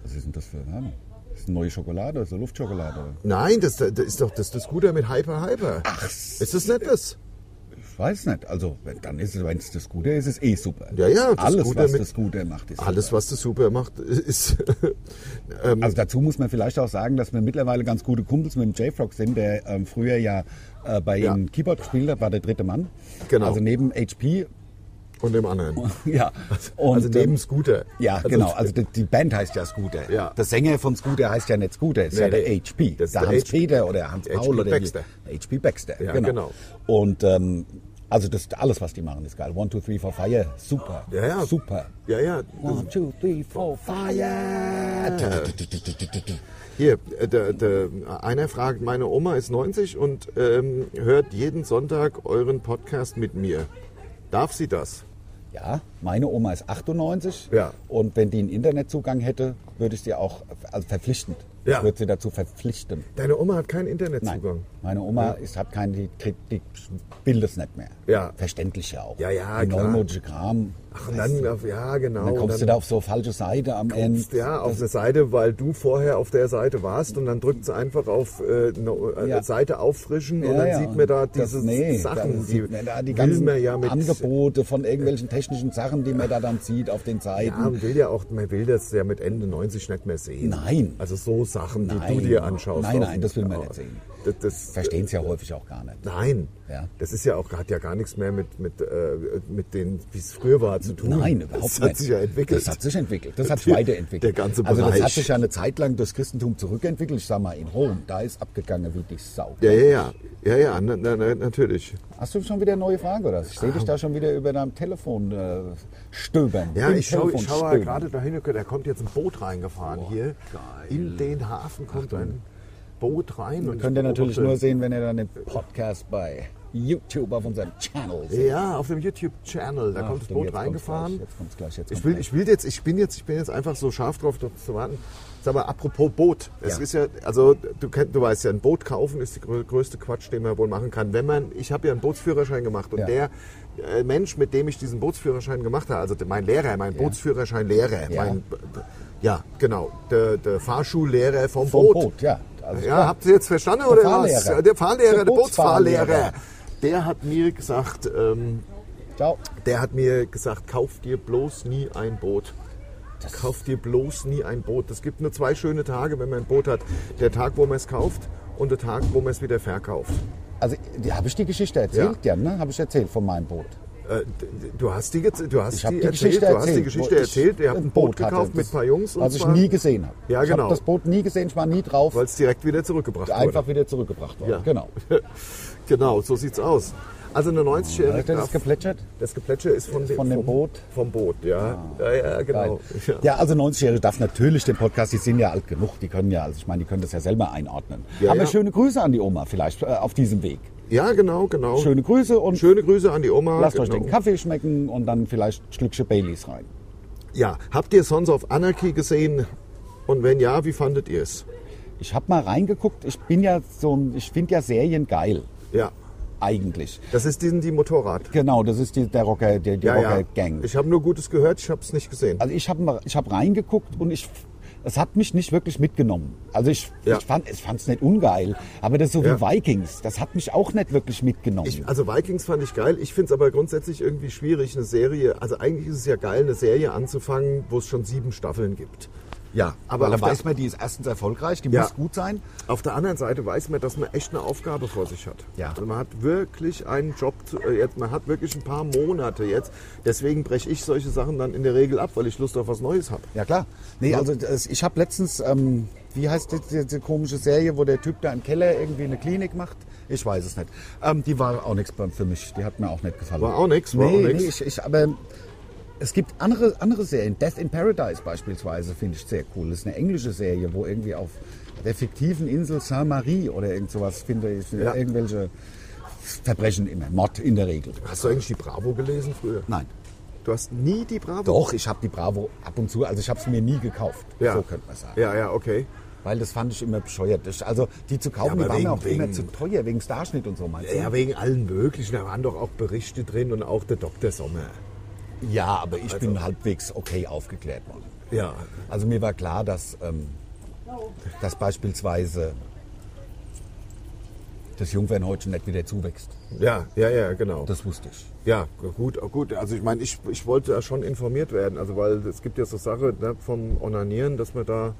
A: Was ist denn das für Name? Das ist eine neue Schokolade, so Luftschokolade.
B: Nein, das, das ist doch das, das Scooter mit Hyper Hyper. Ach, ist das nicht das?
A: Ich weiß nicht. Also, wenn- dann ist es, wenn es das Gute ist, ist es eh super.
B: Ja, ja, das
A: Alles,
B: Gute
A: was
B: mit-
A: das Gute macht, ist
B: Alles, was das super macht, ist
A: Also dazu muss man vielleicht auch sagen, dass wir mittlerweile ganz gute Kumpels mit dem J-Frog sind, der ähm, früher ja äh, bei
B: Ja.
A: ihnen Keyboard gespielt hat, war der dritte Mann.
B: Genau.
A: Also neben HP,
B: und dem anderen.
A: ja. Und,
B: also neben
A: ähm,
B: Scooter.
A: ja, genau. Also die, die Band heißt ja Scooter.
B: Ja.
A: Der Sänger von Scooter heißt ja nicht Scooter, ist
B: Nee,
A: ja der
B: nee.
A: HP.
B: Das ist
A: der
B: der
A: Hans
B: HP.
A: Peter oder Hans
B: HP
A: Paul oder
B: Baxter.
A: Wie, HP Baxter.
B: Ja,
A: genau.
B: genau.
A: Und ähm, also das, alles, was die machen, ist geil. One, two, three for fire, super.
B: Ja, ja.
A: Super.
B: Ja, ja.
A: One, two, three, four, fire.
B: Hier, äh, der, der, einer fragt, meine Oma ist 90 und ähm, hört jeden Sonntag euren Podcast mit mir. Darf sie das?
A: Ja, meine Oma ist 98
B: Ja.
A: und wenn die einen Internetzugang hätte, würde ich sie auch also verpflichtend.
B: Ja.
A: Ich würde sie dazu verpflichten.
B: Deine Oma hat keinen
A: Nein,
B: Internetzugang.
A: meine Oma ist, hat keine, die, kriegt- die will das nicht mehr.
B: Ja.
A: Verständlich ja auch.
B: Ja, ja,
A: Die
B: klar.
A: neumodische Kram.
B: Ach, und dann, auf- ja, genau.
A: dann kommst
B: und
A: du da auf so falsche Seite am Ende.
B: ja, auf eine Seite, weil du vorher auf der Seite warst und dann drückt sie einfach auf äh, eine äh,
A: Ja.
B: Seite auffrischen und
A: Ja,
B: dann
A: ja,
B: sieht man da
A: das-
B: diese
A: nee,
B: Sachen,
A: da
B: die,
A: sieht man da die
B: will
A: ganzen
B: man ja mit
A: Angebote von irgendwelchen technischen Sachen, die man da dann sieht auf den Seiten.
B: Ja, man will ja auch, man will das ja mit Ende 90 nicht mehr sehen.
A: Nein.
B: Also so Sachen, die
A: Nein.
B: du dir anschaust.
A: Nein,
B: auf-
A: nein, das will man nicht sehen.
B: Das, das,
A: Verstehen es ja häufig auch gar nicht.
B: Nein.
A: Ja.
B: Das ist ja auch, hat ja gar nichts mehr mit, mit, äh, mit dem, wie es früher war, zu tun.
A: Nein, überhaupt
B: das
A: nicht.
B: Das hat sich ja entwickelt.
A: Das hat sich entwickelt. Das hat sich
B: Der-
A: weiterentwickelt.
B: der ganze
A: Also das
B: Bereich.
A: hat sich ja eine Zeit lang durchs Christentum zurückentwickelt. Ich sag mal, in Rom, da ist abgegangen wie die Sau.
B: ja, ja, ja. Ja, ja, na, na, na, natürlich.
A: Hast du schon wieder eine neue Frage oder? was? Ich sehe
B: Ähm.
A: dich da schon wieder über deinem Telefon äh, stöbern.
B: Ja,
A: Im
B: ich schaue
A: Telefon
B: ich schau halt ja
A: stöbern.
B: gerade dahin, da kommt jetzt ein Boot reingefahren hier. In den Hafen kommt ein Boot rein. Und ich
A: Könnt ihr natürlich nur
B: beobachte-
A: sehen, wenn ihr dann den Podcast bei YouTube auf unserem Channel seht.
B: Ja, auf dem YouTube-Channel. Da
A: Ach,
B: kommt das
A: du,
B: Boot
A: jetzt kommt's
B: reingefahren.
A: gleich, jetzt kommt's gleich, jetzt
B: ich,
A: kommt's
B: will,
A: gleich.
B: ich will jetzt, ich bin jetzt, ich bin jetzt einfach so scharf drauf, dort zu warten. Sag mal, apropos Boot. Es
A: Ja.
B: ist ja, also du, kenn- du weißt ja, ein Boot kaufen ist der grö- größte Quatsch, den man wohl machen kann. Wenn man, ich habe ja einen Bootsführerschein gemacht und
A: Ja.
B: der äh, Mensch, mit dem ich diesen Bootsführerschein gemacht habe, also der- mein Lehrer, mein Bootsführerscheinlehrer,
A: Ja.
B: mein, ja, genau, der, der Fahrschullehrer vom,
A: Vom
B: Boot.
A: Boot, ja. Also
B: Ja, habt ihr jetzt verstanden oder
A: Fahrlehrer.
B: was? Der Fahrlehrer,
A: Der
B: der, Bootsfahrlehrer.
A: Bootsfahrlehrer.
B: Der hat mir gesagt, ähm,
A: Ciao.
B: der hat mir gesagt, kauf dir bloß nie ein Boot. kauf dir bloß nie ein Boot. Es gibt nur zwei schöne Tage, wenn man ein Boot hat. Der Tag, wo man es kauft und der Tag, wo man es wieder verkauft.
A: Also, die- habe ich die Geschichte erzählt? Ja, ne? Habe ich erzählt von meinem Boot.
B: Äh, d- d- Du hast die, gez- du hast
A: Ich habe die,
B: erzählt,
A: Geschichte
B: du
A: erzählt.
B: hast die
A: wo
B: Geschichte
A: ich
B: erzählt. Ihr habt ein Boot,
A: hatte,
B: gekauft mit
A: das-
B: ein paar Jungs. und
A: Was ich
B: zwar-
A: nie gesehen habe.
B: Ja,
A: Ich
B: genau.
A: habe das Boot nie gesehen, ich war nie drauf.
B: Weil es direkt wieder zurückgebracht
A: einfach
B: wurde.
A: wieder zurückgebracht worden.
B: Ja.
A: Genau.
B: Genau, so sieht's aus. Also eine 90-jährige.
A: Hat er das
B: darf-
A: geplätschert?
B: Das Geplätscher ist von,
A: Von dem
B: vom,
A: Boot? Ah,
B: Vom Boot, ja. Ja, ja, genau.
A: Ja. ja, also 90-Jährige darf natürlich den Podcast, die sind ja alt genug, die können ja, also ich meine, die können das ja selber einordnen.
B: Ja,
A: Aber
B: ja.
A: schöne Grüße an die Oma vielleicht äh, auf diesem Weg.
B: Ja, genau, genau.
A: Schöne Grüße und
B: Schöne Grüße an die Oma.
A: lasst euch
B: genau.
A: den Kaffee schmecken und dann vielleicht ein Schlückchen Baileys rein.
B: Ja, habt ihr Sons of Anarchy gesehen? Und wenn ja, wie fandet ihr es?
A: Ich habe mal reingeguckt, ich bin ja so ein, ich finde ja Serien geil,
B: Ja,
A: eigentlich.
B: das ist diesen die Motorrad.
A: Genau, das ist die, der Rocker, der, die
B: Ja, ja.
A: Rocker-Gang.
B: Ich habe nur Gutes gehört, ich habe es nicht gesehen.
A: Also ich habe ich hab reingeguckt und ich, es hat mich nicht wirklich mitgenommen. Also ich,
B: Ja.
A: ich fand es nicht ungeil, aber das ist so
B: Ja.
A: wie Vikings, das hat mich auch nicht wirklich mitgenommen.
B: Ich, also Vikings fand ich geil. Ich finde es aber grundsätzlich irgendwie schwierig, eine Serie. Also eigentlich ist es ja geil, eine Serie anzufangen, wo es schon sieben Staffeln gibt.
A: ja, aber
B: aber
A: dann
B: auf der-
A: weiß man, die ist erstens erfolgreich, die
B: Ja.
A: muss gut sein.
B: Auf der anderen Seite weiß man, dass man echt eine Aufgabe vor sich hat.
A: Ja.
B: Also man hat wirklich einen Job, zu, äh, jetzt, man hat wirklich ein paar Monate jetzt. Deswegen breche ich solche Sachen dann in der Regel ab, weil ich Lust auf was Neues habe.
A: Ja klar. Nee, also das, ich habe letztens, ähm, wie heißt die, die, die komische Serie, wo der Typ da im Keller irgendwie eine Klinik macht? Ich weiß es nicht. Ähm, die war auch nichts für mich. Die hat mir auch nicht gefallen.
B: War auch nix, war
A: nee,
B: auch nix.
A: Nee, ich, ich, aber es gibt andere, andere Serien. Death in Paradise beispielsweise finde ich sehr cool. Das ist eine englische Serie, wo irgendwie auf der fiktiven Insel Saint-Marie oder irgend sowas finde ich
B: Ja.
A: irgendwelche Verbrechen immer, Mord in der Regel.
B: Hast du eigentlich die Bravo gelesen früher?
A: Nein.
B: Du hast nie die Bravo?
A: Doch, ich habe die Bravo ab und zu, also ich habe es mir nie gekauft,
B: Ja.
A: so könnte man sagen.
B: Ja, ja, okay.
A: Weil das fand ich immer bescheuert. Ich, also die zu
B: Ja,
A: kaufen,
B: aber
A: die waren
B: wegen-
A: mir auch
B: wegen-
A: immer zu teuer, wegen Starschnitt und so meinst du?
B: Ja, wegen allen möglichen. Da waren doch auch Berichte drin und auch der Dr. Sommer.
A: Ja, aber ich
B: Also.
A: bin halbwegs okay aufgeklärt worden.
B: Ja.
A: Also mir war klar, dass, ähm, dass beispielsweise das Jungfernhäutchen nicht wieder zuwächst.
B: Ja, ja, ja, genau.
A: Das wusste ich.
B: Ja, gut, gut. Also ich meine, ich, ich wollte da schon informiert werden. Also weil es gibt ja so Sache ne, vom Onanieren, dass man da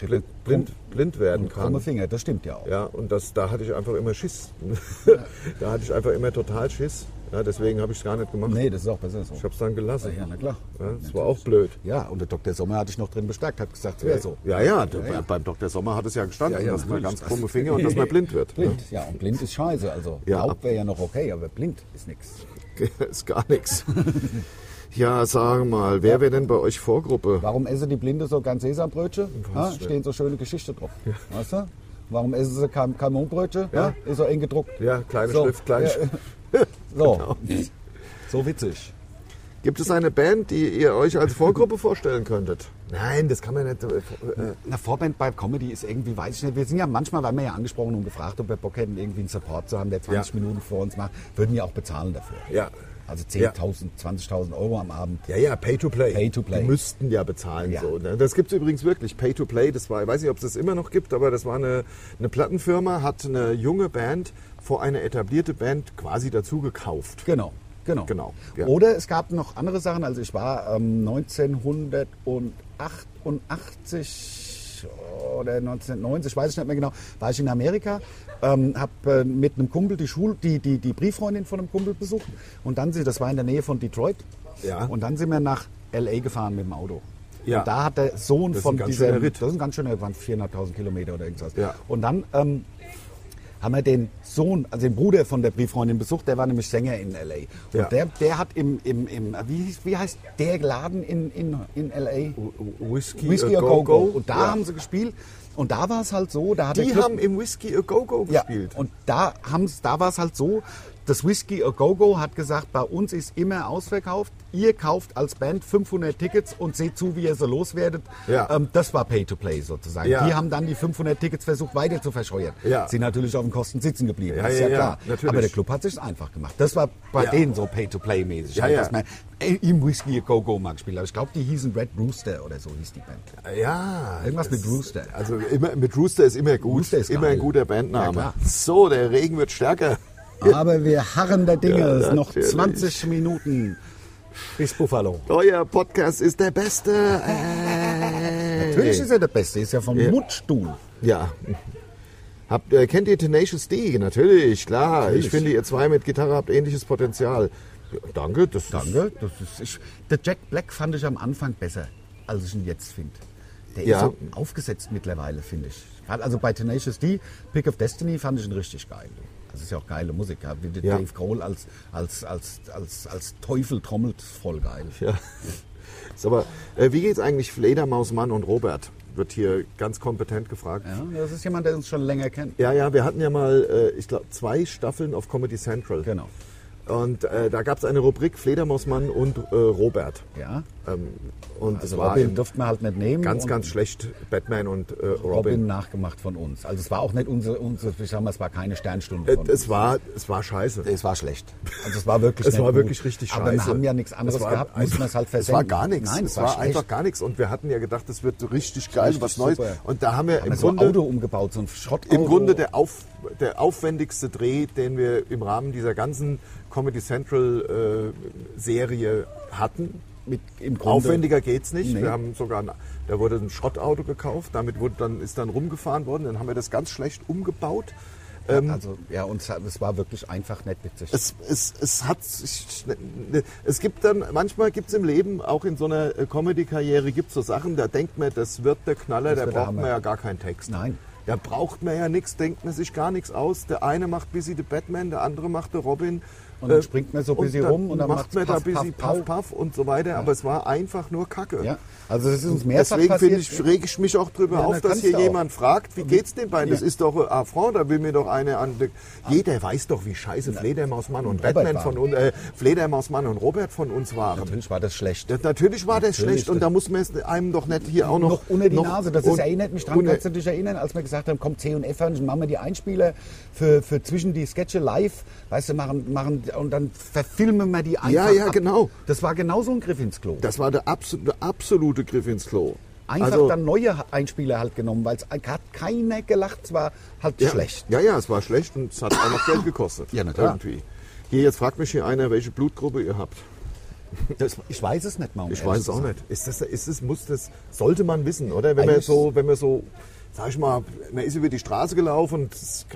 B: blind, blind, blind werden
A: Krumme
B: kann.
A: Finger, das stimmt ja auch.
B: Ja, und das, da hatte ich einfach immer Schiss. da hatte ich einfach immer total Schiss. Ja, deswegen habe ich es gar nicht gemacht.
A: Nee, das ist auch besser so.
B: Ich habe es dann gelassen.
A: Ja, na klar.
B: Ja, das war auch blöd.
A: Ja, und der Dr. Sommer hatte ich noch drin bestärkt, hat gesagt, es wäre so.
B: Ja, ja, d- bei- beim Dr. Sommer hat es ja gestanden,
A: Ja, ja,
B: dass man
A: natürlich.
B: ganz krumme Finger und dass man blind wird.
A: Blind, ja, und blind ist scheiße. Also
B: Ja.
A: taub wäre ja noch okay, aber blind ist nichts.
B: Ist gar nichts. Ja, sag mal, wer wäre denn bei euch Vorgruppe?
A: Warum essen die Blinde so ganz Sesambrötchen? Ha? Stehen so schöne Geschichte drauf. Weißt du? Warum essen sie kein Kanonbrötchen?
B: Ja.
A: Ha? Ist so eng gedruckt.
B: Ja, kleine
A: so.
B: Schrift, kleine
A: Ja,
B: Schrift. Genau.
A: So. so witzig.
B: Gibt es eine Band, die ihr euch als Vorgruppe vorstellen könntet? Nein, das kann man nicht. äh, äh,
A: Eine Vorband bei Comedy ist irgendwie, weiß ich nicht, wir sind ja manchmal, werden wir ja angesprochen und gefragt, ob wir Bock hätten, irgendwie einen Support zu haben, der 20
B: Ja.
A: Minuten vor uns macht, würden ja auch bezahlen dafür.
B: Ja.
A: Also 10.000, 20.000 Euro am Abend.
B: Ja, ja, Pay to Play.
A: Pay to Play.
B: Die müssten ja bezahlen.
A: Ja.
B: So, ne? Das gibt es übrigens wirklich. Pay to Play, das war, ich weiß nicht, ob es das immer noch gibt, aber das war eine, eine Plattenfirma, hat eine junge Band vor eine etablierte Band quasi dazu gekauft.
A: Genau, genau.
B: Genau, ja.
A: Oder es gab noch andere Sachen. Also ich war ähm, 1988 oder 1990, weiß ich nicht mehr genau, war ich in Amerika, ähm, habe äh, mit einem Kumpel die Schul, die, die, die Brieffreundin von einem Kumpel besucht und dann sind, das war in der Nähe von Detroit,
B: Ja.
A: und dann sind wir nach L.A. gefahren mit dem Auto.
B: Ja.
A: Und da hat der Sohn
B: Das ist ein
A: von
B: ganz
A: dieser,
B: schöner Ritt.
A: das ist ein ganz schöner, waren 400.000 Kilometer oder irgendwas.
B: Ja.
A: Und dann ähm, haben wir den Sohn, also den Bruder von der Brieffreundin besucht, der war nämlich Sänger in L.A. Und
B: Ja.
A: der, der hat im, im, im wie, hieß- wie heißt der Laden in, in, in L.A.?
B: Wh- Wh- Whiskey,
A: Whiskey
B: a
A: a Go-Go.
B: Go-Go.
A: Und da
B: Ja.
A: haben sie gespielt Und da war es halt so, da hat der
B: Die
A: Club-
B: haben im Whiskey a Go-Go
A: ja,
B: gespielt.
A: Und da, haben's- da war es halt so, das Whiskey A Go Go hat gesagt, bei uns ist immer ausverkauft. Ihr kauft als Band 500 Tickets und seht zu, wie ihr sie loswerdet.
B: Ja.
A: Ähm, das war Pay-to-Play sozusagen.
B: Ja.
A: Die haben dann die 500 Tickets versucht weiter zu verscheuern.
B: Ja.
A: Sind natürlich auf den Kosten sitzen geblieben,
B: Ja,
A: das ist
B: ja,
A: ja,
B: ja,
A: klar.
B: natürlich.
A: Aber der Club hat sich einfach gemacht. Das war bei
B: Ja.
A: denen so Pay-to-Play-mäßig.
B: Ja,
A: halt,
B: ja.
A: dass man Im Whiskey A Go Go mal gespielt hat. Ich glaube, die hießen Red Rooster oder so hieß die Band.
B: ja.
A: Irgendwas mit Rooster.
B: Also immer, mit Rooster ist immer gut.
A: Rooster ist
B: immer
A: geil.
B: ein guter Bandname.
A: Ja, klar.
B: so, der Regen wird stärker.
A: Aber wir harren der Dinge.
B: Ja,
A: es sind noch
B: natürlich.
A: 20 Minuten bis Buffalo.
B: Euer Podcast ist der beste. Ey.
A: Natürlich ist er der Beste, ist ja vom
B: Ja.
A: Mundstuhl.
B: Ja. Habt, äh, kennt ihr Tenacious D? Natürlich, klar. Ich
A: Natürlich.
B: finde, ihr zwei mit Gitarre habt ähnliches Potenzial. Ja, danke, das ist.
A: Danke. Das ist, ich, der Jack Black fand ich am Anfang besser, als ich ihn jetzt finde. Der
B: Ja.
A: ist so aufgesetzt mittlerweile, finde ich. Also bei Tenacious D, Pick of Destiny, fand ich ihn richtig geil. Das ist ja auch geile Musik. Ja. Wie der
B: Ja.
A: Dave Grohl als, als, als, als, als Teufel trommelt, voll geil.
B: Ja. Ist aber, äh, wie geht's eigentlich Fledermaus Mann und Robert? Wird hier ganz kompetent gefragt.
A: Ja, das ist jemand, der uns schon länger kennt.
B: Ja, ja, wir hatten ja mal, äh, ich glaube, zwei Staffeln auf Comedy Central.
A: Genau.
B: Und äh, da gab's eine Rubrik Fledermausmann und äh, Robert.
A: Ja.
B: Ähm, und es
A: Also
B: war
A: Robin
B: im
A: durfte man halt nicht nehmen.
B: ganz,
A: und-
B: ganz schlecht Batman und äh,
A: Robin,
B: Robin.
A: nachgemacht von uns. Also es war auch nicht unsere, unsere ich sag mal, es war keine Sternstunde
B: Äh,
A: von
B: es, war, es war scheiße.
A: Es war schlecht. Also es war wirklich
B: Es
A: nicht
B: war
A: gut.
B: wirklich richtig
A: Aber
B: scheiße.
A: wir haben ja nichts anderes
B: Es war
A: gehabt,
B: einfach-
A: mussten wir es halt
B: Es
A: versenden.
B: war gar nichts.
A: Nein,
B: es war,
A: schlecht.
B: einfach gar nichts. Und wir hatten ja gedacht, das wird richtig geil,
A: Richtig
B: was Neues.
A: super.
B: Und da haben wir
A: haben
B: im
A: wir so ein
B: Grunde,
A: Auto umgebaut, so ein Schrottauto.
B: im Grunde der, auf, der aufwendigste Dreh, den wir im Rahmen dieser ganzen Comedy Central äh, Serie hatten.
A: mit, im Grunde
B: Aufwendiger geht's nicht.
A: Nee.
B: Wir haben sogar, ein- da wurde ein Schrottauto gekauft. Damit wurde dann, ist dann rumgefahren worden. Dann haben wir das ganz schlecht umgebaut.
A: Also ja, und es- es war wirklich einfach nicht witzig.
B: ähm, es, es, es hat sich- ne, es gibt dann manchmal gibt es im Leben auch in so einer Comedy Karriere gibt so Sachen da denkt man das wird der Knaller
A: Das
B: da
A: wird der
B: braucht man
A: Hammer.
B: ja gar keinen Text
A: Nein.
B: da braucht man ja nichts denkt man sich gar nichts aus der eine macht busy the Batman der andere macht der Robin
A: Und dann
B: Äh,
A: springt man so busy
B: und
A: rum und dann macht's
B: macht man da
A: Puff,
B: busy
A: Puff,
B: puff, puff und so weiter aber es war einfach nur Kacke
A: ja. Also es ist uns mehrfach
B: Deswegen
A: passiert.
B: finde ich, reg ich mich auch drüber
A: Ja,
B: auf,
A: na,
B: dass
A: kannst
B: hier
A: du auch.
B: jemand fragt, wie geht's den beiden? Das
A: Ja.
B: ist doch ein Affront, da will mir doch eine an. Jeder weiß doch, wie scheiße Fledermausmann und
A: Robert
B: Batman
A: waren.
B: von uns, äh, Fledermausmann und Robert von uns waren. Natürlich,
A: Natürlich war das schlecht.
B: das, natürlich war das
A: Natürlich,
B: schlecht und
A: das-
B: da muss man es einem doch nicht hier auch noch.
A: noch, unter die
B: noch-
A: Nase. Das
B: und-
A: ist, eh erinnert mich dran,
B: unter-
A: kannst du dich erinnern, als wir gesagt haben, kommt C und F an, dann machen wir die Einspieler für, für zwischen die Sketche live, weißt du, machen, machen und dann verfilmen wir die einfach
B: Ja, ja, genau.
A: Das war genau so ein Griff ins Klo.
B: Das war der absolute, absolute Griff ins Klo.
A: Einfach
B: Also-
A: dann neue Einspieler halt genommen, weil es hat keiner gelacht, es war halt
B: ja.
A: schlecht.
B: Ja, ja, es war schlecht und es hat auch noch Geld gekostet.
A: Ja, na klar.
B: Irgendwie. Hier, jetzt fragt mich hier einer, welche Blutgruppe ihr habt.
A: ich weiß es nicht mal. um
B: Ich
A: ehrlich
B: weiß es
A: zu
B: auch
A: sein.
B: nicht. Ist das, ist das, muss das, sollte man wissen, oder? Wenn man
A: Eigentlich-
B: so, wenn man so, sag ich mal, man ist über die Straße gelaufen und es-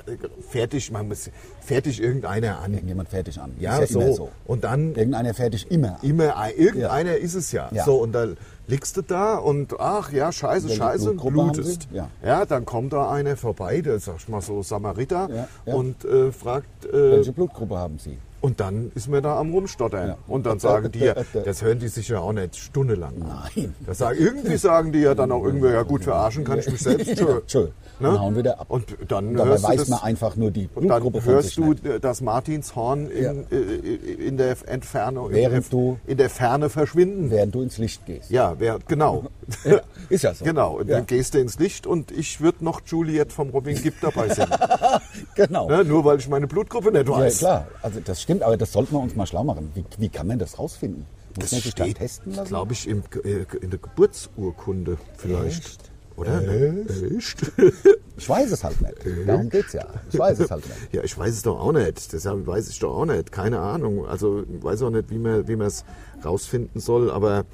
B: fertig, man muss, fertig irgendeiner an.
A: Irgendjemand fertig an.
B: Ja,
A: ist ja
B: so.
A: immer so.
B: Und dann
A: Irgendeiner fertig immer. an.
B: immer, ein- irgendeiner ist es ja.
A: Ja.
B: So, und dann liegst du da und ach ja, scheiße,
A: Welche
B: scheiße, und
A: Blutgruppe haben
B: blutest.
A: Sie? Ja.
B: dann kommt da einer vorbei, der, sag ich mal so, Samariter,
A: Ja, ja.
B: und äh, fragt, äh,
A: Welche Blutgruppe haben Sie?
B: und dann ist mir da am Rumstottern.
A: Ja.
B: Und dann sagen die ja, das hören die sich ja auch nicht stundenlang an.
A: Nein.
B: Das sagen, irgendwie sagen die ja dann auch irgendwie, ja gut, verarschen kann ich mich selbst. Tschö.
A: Tschö. Dann hauen wir da ab.
B: Ne? Und dann
A: Dabei
B: hörst du
A: weiß
B: das,
A: man einfach nur die
B: und dann
A: Blutgruppe von
B: hörst
A: sich
B: du
A: nicht.
B: das Martinshorn in, äh, in der Entfernung, in
A: Während
B: der,
A: du-
B: in der Ferne verschwinden.
A: Während du ins Licht gehst.
B: Ja, wer, genau.
A: Ist ja so.
B: Genau, und dann
A: ja,
B: gehst du ins Licht und ich würde noch Juliet vom Robin Gibb dabei singen.
A: genau.
B: ne? Nur weil ich meine Blutgruppe nicht
A: Ja,
B: weiß.
A: klar. Also das stimmt, aber das sollten wir uns mal schlau machen. Wie, wie kann man das rausfinden? Muss man sich da testen lassen?
B: glaube ich, im, äh, in der Geburtsurkunde vielleicht.
A: Echt?
B: Oder? Echt?
A: Ich weiß es halt nicht. Darum geht's ja. Ich weiß es halt nicht.
B: ja, ich weiß es doch auch nicht. Deshalb weiß ich doch auch nicht. Keine Ahnung. Also ich weiß auch nicht, wie man wie man es rausfinden soll. Aber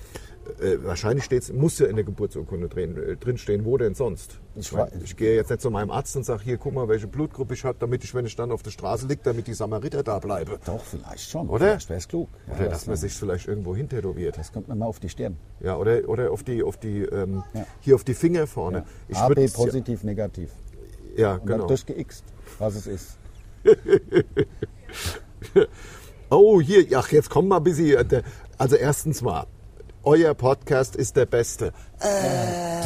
B: äh, wahrscheinlich steht's, muss ja in der Geburtsurkunde drin, äh, drinstehen. Wo denn sonst? Ich, mein,
A: weiß-
B: ich gehe jetzt nicht zu meinem Arzt und sage, hier, guck mal, welche Blutgruppe ich habe, damit ich, wenn ich dann auf der Straße liege, damit die Samariter da bleibe.
A: Doch, vielleicht schon.
B: Oder?
A: Vielleicht wäre es klug. Ja,
B: Oder
A: das,
B: dass man sich vielleicht irgendwo hintätowiert.
A: das kommt mir mal auf die Stirn.
B: Ja, oder, oder auf die, auf die, ähm,
A: Ja.
B: hier auf die Finger vorne.
A: A, B,
B: würd's
A: positiv, negativ.
B: Ja, ja
A: Und dann
B: genau.
A: durchgeixt, was es ist.
B: Oh, hier, ach, jetzt komm mal ein bisschen. äh, der- Also erstens mal, euer Podcast ist der beste. Äh,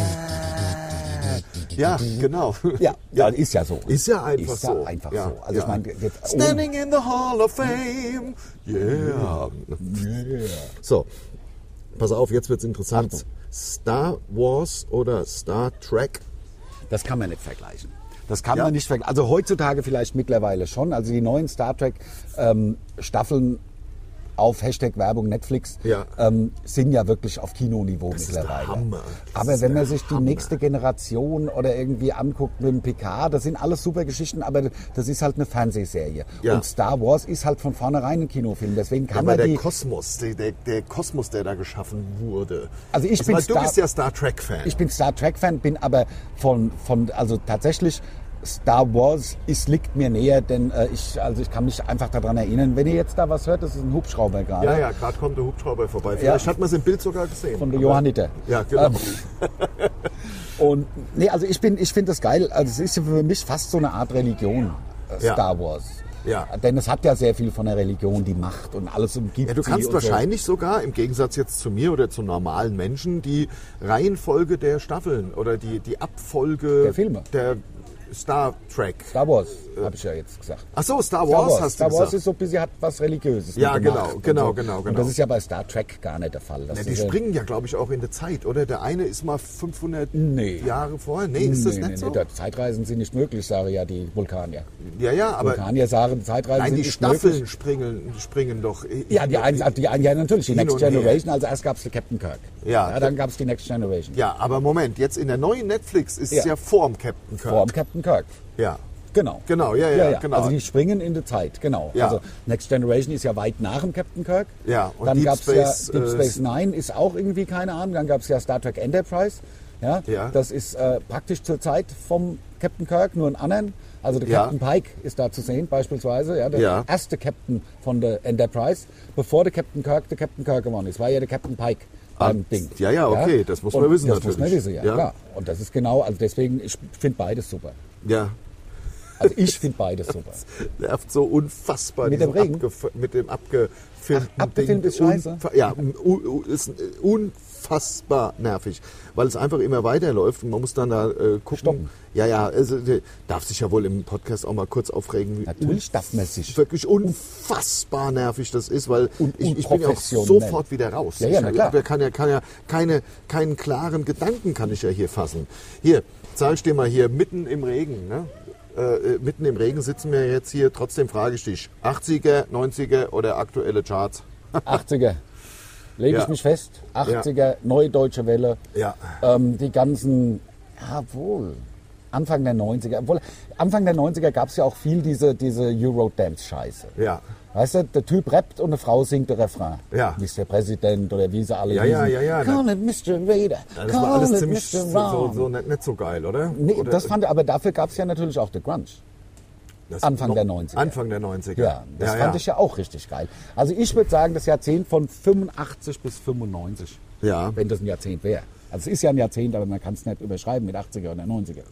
B: Ja, genau.
A: Ja, ja, ist ja so.
B: Ist ja einfach
A: ist ja
B: so.
A: einfach
B: Ja,
A: so. Also
B: ja.
A: ich meine, jetzt
B: Standing in the Hall of Fame. Yeah. So, pass auf, jetzt wird's interessant.
A: Achtung.
B: Star Wars oder Star Trek?
A: Das kann man nicht vergleichen. Das kann
B: Ja.
A: man nicht vergleichen. Also heutzutage vielleicht mittlerweile schon. Also die neuen Star Trek ähm, Staffeln auf Hashtag Werbung Netflix
B: Ja.
A: ähm, sind ja wirklich auf Kinoniveau
B: ist der
A: mittlerweile.
B: Hammer. Das
A: Aber
B: ist
A: wenn
B: der
A: man sich die nächste Generation oder irgendwie anguckt mit dem PK, das sind alles super Geschichten, aber das ist halt eine Fernsehserie.
B: Ja.
A: Und Star Wars ist halt von vornherein ein Kinofilm. Deswegen kann
B: Aber
A: man
B: der
A: die.
B: Kosmos, der, der, der Kosmos, der da geschaffen wurde.
A: Also ich
B: Das
A: bin
B: war- du
A: Star-
B: bist ja Star Trek Fan.
A: Ich bin Star Trek Fan, bin aber von, von also tatsächlich Star Wars ist, liegt mir näher, denn äh, ich, also ich kann mich einfach daran erinnern, wenn ihr jetzt da was hört, das ist ein Hubschrauber gerade.
B: ja, ja, gerade kommt der Hubschrauber vorbei. Vielleicht hat man es im Bild sogar gesehen.
A: Von der
B: Aber-
A: Johanniter.
B: Ja, genau.
A: Ähm, Und nee, also ich bin, ich finde das geil. Also es ist für mich fast so eine Art Religion, äh,
B: Ja.
A: Star Wars.
B: Ja.
A: Denn es hat ja sehr viel von der Religion, die Macht und alles umgibt.
B: Ja, du
A: sie
B: kannst
A: und
B: wahrscheinlich sogar, im Gegensatz jetzt zu mir oder zu normalen Menschen, die Reihenfolge der Staffeln oder die, die Abfolge
A: Der Filme.
B: der Star Trek.
A: So. Star Wars, habe ich ja jetzt gesagt.
B: Ach so, Star Wars, hast
A: Star
B: du
A: Wars
B: gesagt.
A: ist so ein bisschen hat was Religiöses.
B: Ja,
A: mit der
B: genau,
A: Macht und
B: genau,
A: so.
B: genau,
A: Und
B: genau.
A: das ist ja bei Star Trek gar nicht der Fall. Das
B: ja, die
A: ist ja-
B: springen ja, glaube ich, auch in der Zeit, oder? Der eine ist mal 500
A: Nee.
B: Jahre vorher. Nee, ist das
A: Nee,
B: nicht
A: nee,
B: so?
A: nee, da- Zeitreisen sind nicht möglich, sagen ja die Vulkanier.
B: ja, ja, aber
A: Vulkanier sagen, Zeitreisen
B: nein,
A: sind
B: die
A: nicht
B: Staffeln
A: möglich.
B: springen, springen doch.
A: Ja, die einen, die einen, ja natürlich, die
B: Hin
A: Next
B: und her.
A: Generation, also erst gab es Captain Kirk.
B: Ja.
A: dann gab es die Next Generation.
B: Ja, aber Moment, jetzt in der neuen Netflix ist es
A: Ja.
B: ja vorm Captain Kirk.
A: Vor dem Captain Kirk.
B: Ja.
A: Genau.
B: Genau, ja, ja, genau.
A: Also die springen in die Zeit, genau.
B: Ja.
A: Also Next Generation ist ja weit nach dem Captain Kirk.
B: Ja, und
A: dann
B: Deep
A: gab's
B: Space,
A: ja Deep
B: äh,
A: Space Nine ist auch irgendwie keine Ahnung. Dann gab es ja Star Trek Enterprise. Ja,
B: Ja.
A: das ist äh, praktisch zur Zeit vom Captain Kirk, nur einen anderen. Also der
B: Ja.
A: Captain Pike ist da zu sehen beispielsweise, ja, der
B: Ja.
A: erste Captain von der Enterprise, bevor der Captain Kirk der Captain Kirk geworden ist, war ja der Captain Pike beim Ding.
B: Ah, ja, ja, okay, das muss man
A: Und
B: wissen
A: Das muss man
B: natürlich.
A: wissen, ja,
B: Ja.
A: klar. Und das ist genau, also deswegen, ich finde beides super.
B: Ja.
A: Also ich finde beides super.
B: nervt so unfassbar.
A: Mit dem
B: diesen
A: Regen?
B: abgef- Mit dem abgefilmten
A: Ach, abgefilmt
B: Ding.
A: ist scheiße.
B: Unfa- ja, u- u- ist unfassbar nervig, weil es einfach immer weiterläuft und man muss dann da äh, gucken.
A: Stoppen.
B: Ja, ja, also, äh, darf sich ja wohl im Podcast auch mal kurz aufregen. wie
A: Natürlich darf man sich.
B: Wirklich unfassbar nervig das ist, weil
A: Und
B: ich, ich bin ja auch
A: unprofessionell.
B: sofort wieder raus.
A: Ja, ja, na
B: ich
A: klar.
B: hab ja, kann ja, kann ja keine, keinen klaren Gedanken kann ich ja hier fassen. Hier, zeig ich dir mal hier mitten im Regen. Ne? Äh, äh, mitten im Regen sitzen wir jetzt hier. Trotzdem frage ich dich, 80er, 90er oder aktuelle Charts?
A: 80er. Lege
B: Ja.
A: ich mich fest. 80er, neue deutsche Welle.
B: Ja.
A: Ähm, die ganzen, jawohl. Anfang der 90er. Obwohl, Anfang der 90er gab es ja auch viel diese, diese Eurodance-Scheiße.
B: Ja.
A: Weißt du, der Typ rappt und eine Frau singt den Refrain.
B: Ja.
A: Wie ist der Präsident oder wie sie alle
B: Ja, ja,
A: hießen.
B: ja, ja.
A: Call it Mr. Vader.
B: Ja, Das
A: call
B: war alles
A: it
B: ziemlich
A: Mr.
B: so, so,
A: Wrong.
B: so nicht, nicht so geil, oder?
A: nee,
B: oder
A: das fand ich, aber dafür gab es ja natürlich auch The Grunge.
B: das-
A: Anfang
B: noch-
A: der 90er.
B: Anfang der 90er.
A: Ja, das fand ich ja auch richtig geil. Also ich würde sagen, das Jahrzehnt von 85 bis 95.
B: Ja.
A: Wenn das ein Jahrzehnt wäre. Also es ist ja ein Jahrzehnt, aber man kann es nicht überschreiben mit 80er oder 90er.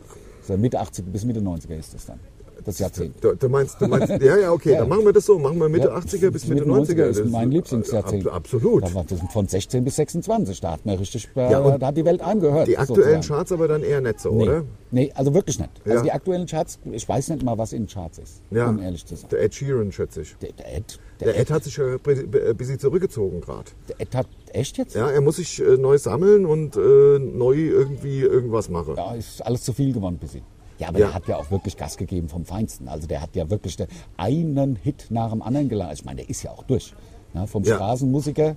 A: Also mit 80 bis Mitte 90er ist das dann. Das Jahrzehnt.
B: Du, du meinst, du meinst, ja, ja, okay, dann machen wir das so. Machen wir Mitte
A: Ja,
B: 80er bis Mitte 90er.
A: 90er ist
B: Das
A: mein Lieblingsjahrzehnt.
B: ab- Absolut.
A: Da war das von 16 bis 26, da hat man richtig, äh,
B: Ja, und
A: da hat die Welt angehört.
B: Die
A: sozusagen.
B: aktuellen Charts aber dann eher nicht so, oder?
A: Nee, nee, also wirklich nicht. Also
B: Ja.
A: die aktuellen Charts, ich weiß nicht mal, was in den Charts ist, um ehrlich zu sein.
B: Der Ed Sheeran, schätze ich.
A: Der, der Ed, der,
B: Der Ed hat sich ja ein bisschen zurückgezogen gerade.
A: der Ed hat echt jetzt?
B: Ja, er muss sich äh, neu sammeln und äh, neu irgendwie irgendwas machen.
A: da ist alles zu viel gewonnen bis ihn. Ja, aber
B: Ja.
A: der hat ja auch wirklich Gas gegeben vom Feinsten. Also der hat ja wirklich der, einen Hit nach dem anderen gelandet. Ich meine, der ist ja auch durch. Ne? Vom
B: Ja.
A: Straßenmusiker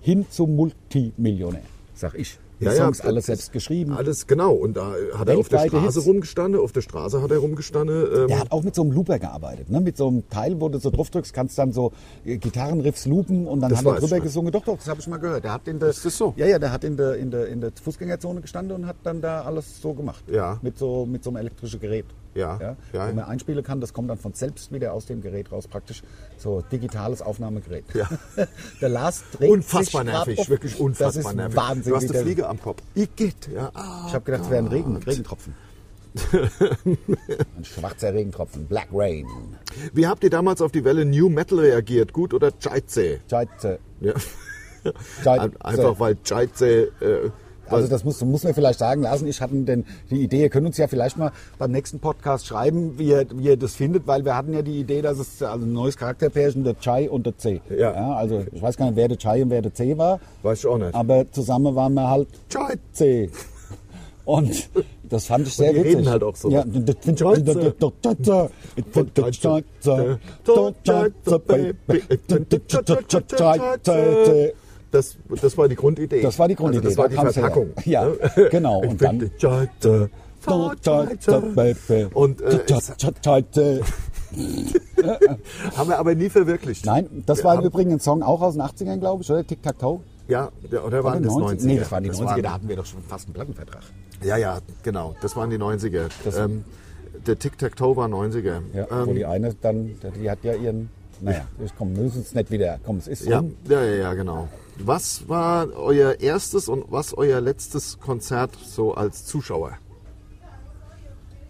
A: hin zum Multimillionär, sag ich. Die
B: Ja, ja,
A: Songs alle
B: das-
A: selbst geschrieben.
B: Alles, genau. Und da hat er auf der
A: Weltweite
B: Straße
A: Hits.
B: rumgestanden. Auf der Straße hat er rumgestanden.
A: Der
B: Ähm,
A: hat auch mit so einem Looper gearbeitet, ne? mit so einem Teil, wo du so drauf drückst, kannst dann so äh, Gitarrenriffs loopen und dann
B: Das
A: hat er
B: weiß
A: drüber
B: ich.
A: gesungen. Doch, doch, das habe ich mal gehört. Der hat in der,
B: Ist das so?
A: Ja, ja, der hat in der, in, der, in der Fußgängerzone gestanden und hat dann da alles so gemacht.
B: Ja.
A: Mit so, mit so einem elektrischen Gerät.
B: Ja, ja.
A: Wo man einspielen kann, das kommt dann von selbst wieder aus dem Gerät raus, praktisch so digitales Aufnahmegerät.
B: Ja.
A: der Lars dreht
B: unfassbar
A: sich grad
B: nervig,
A: auf.
B: wirklich unfassbar
A: das ist
B: nervig.
A: Wahnsinn.
B: du hast
A: wie
B: eine
A: der-
B: Fliege am Kopf.
A: Igitt.
B: Ja, ah,
A: Ich habe gedacht, es wäre ein Regen, Regentropfen. ein schwarzer Regentropfen, Black Rain.
B: Wie habt ihr damals auf die Welle New Metal reagiert? Gut oder Scheiße?
A: Scheiße.
B: Ja.
A: Scheiße.
B: Ein- Einfach weil Scheiße äh,
A: Also das muss, muss man vielleicht sagen lassen. Ich hatte den, die Idee, ihr könnt uns ja vielleicht mal beim nächsten Podcast schreiben, wie ihr, wie ihr das findet, weil wir hatten ja die Idee, dass es also ein neues Charakterpärchen, der Chai und der C.
B: Ja.
A: Also ich weiß gar nicht, wer der Chai und wer der C war.
B: Weiß ich auch nicht.
A: Aber zusammen waren wir halt
B: Chai.
A: C. Und das fand ich sehr
B: die
A: witzig.
B: reden halt auch so.
A: Ja.
B: Das, das war die Grundidee.
A: Das war die Grundidee.
B: Also
A: da
B: das war die
A: kam's her.
B: Verpackung.
A: Ja, genau.
B: Ich
A: Und
B: bin
A: dann.
B: die Scheite. Und äh, das haben wir aber nie verwirklicht.
A: Nein, das
B: Wir
A: war im
B: haben-
A: Übrigen ein Song auch aus den 80ern, glaube ich, oder? Tic-Tac-Toe?
B: Ja, der- oder waren das 90er?
A: Nee, das waren die 90er, da
B: waren-
A: hatten wir doch schon fast einen Plattenvertrag.
B: Ja, ja, genau. Das waren die 90er. Ähm, der Tic-Tac-Toe war 90er.
A: Ja,
B: Ähm,
A: wo die eine dann, die hat ja ihren, naja, ich komm, wir müssen es nicht wieder, komm, es ist
B: Ja,
A: rum.
B: ja, ja, ja, genau. Was war euer erstes und was euer letztes Konzert so als Zuschauer?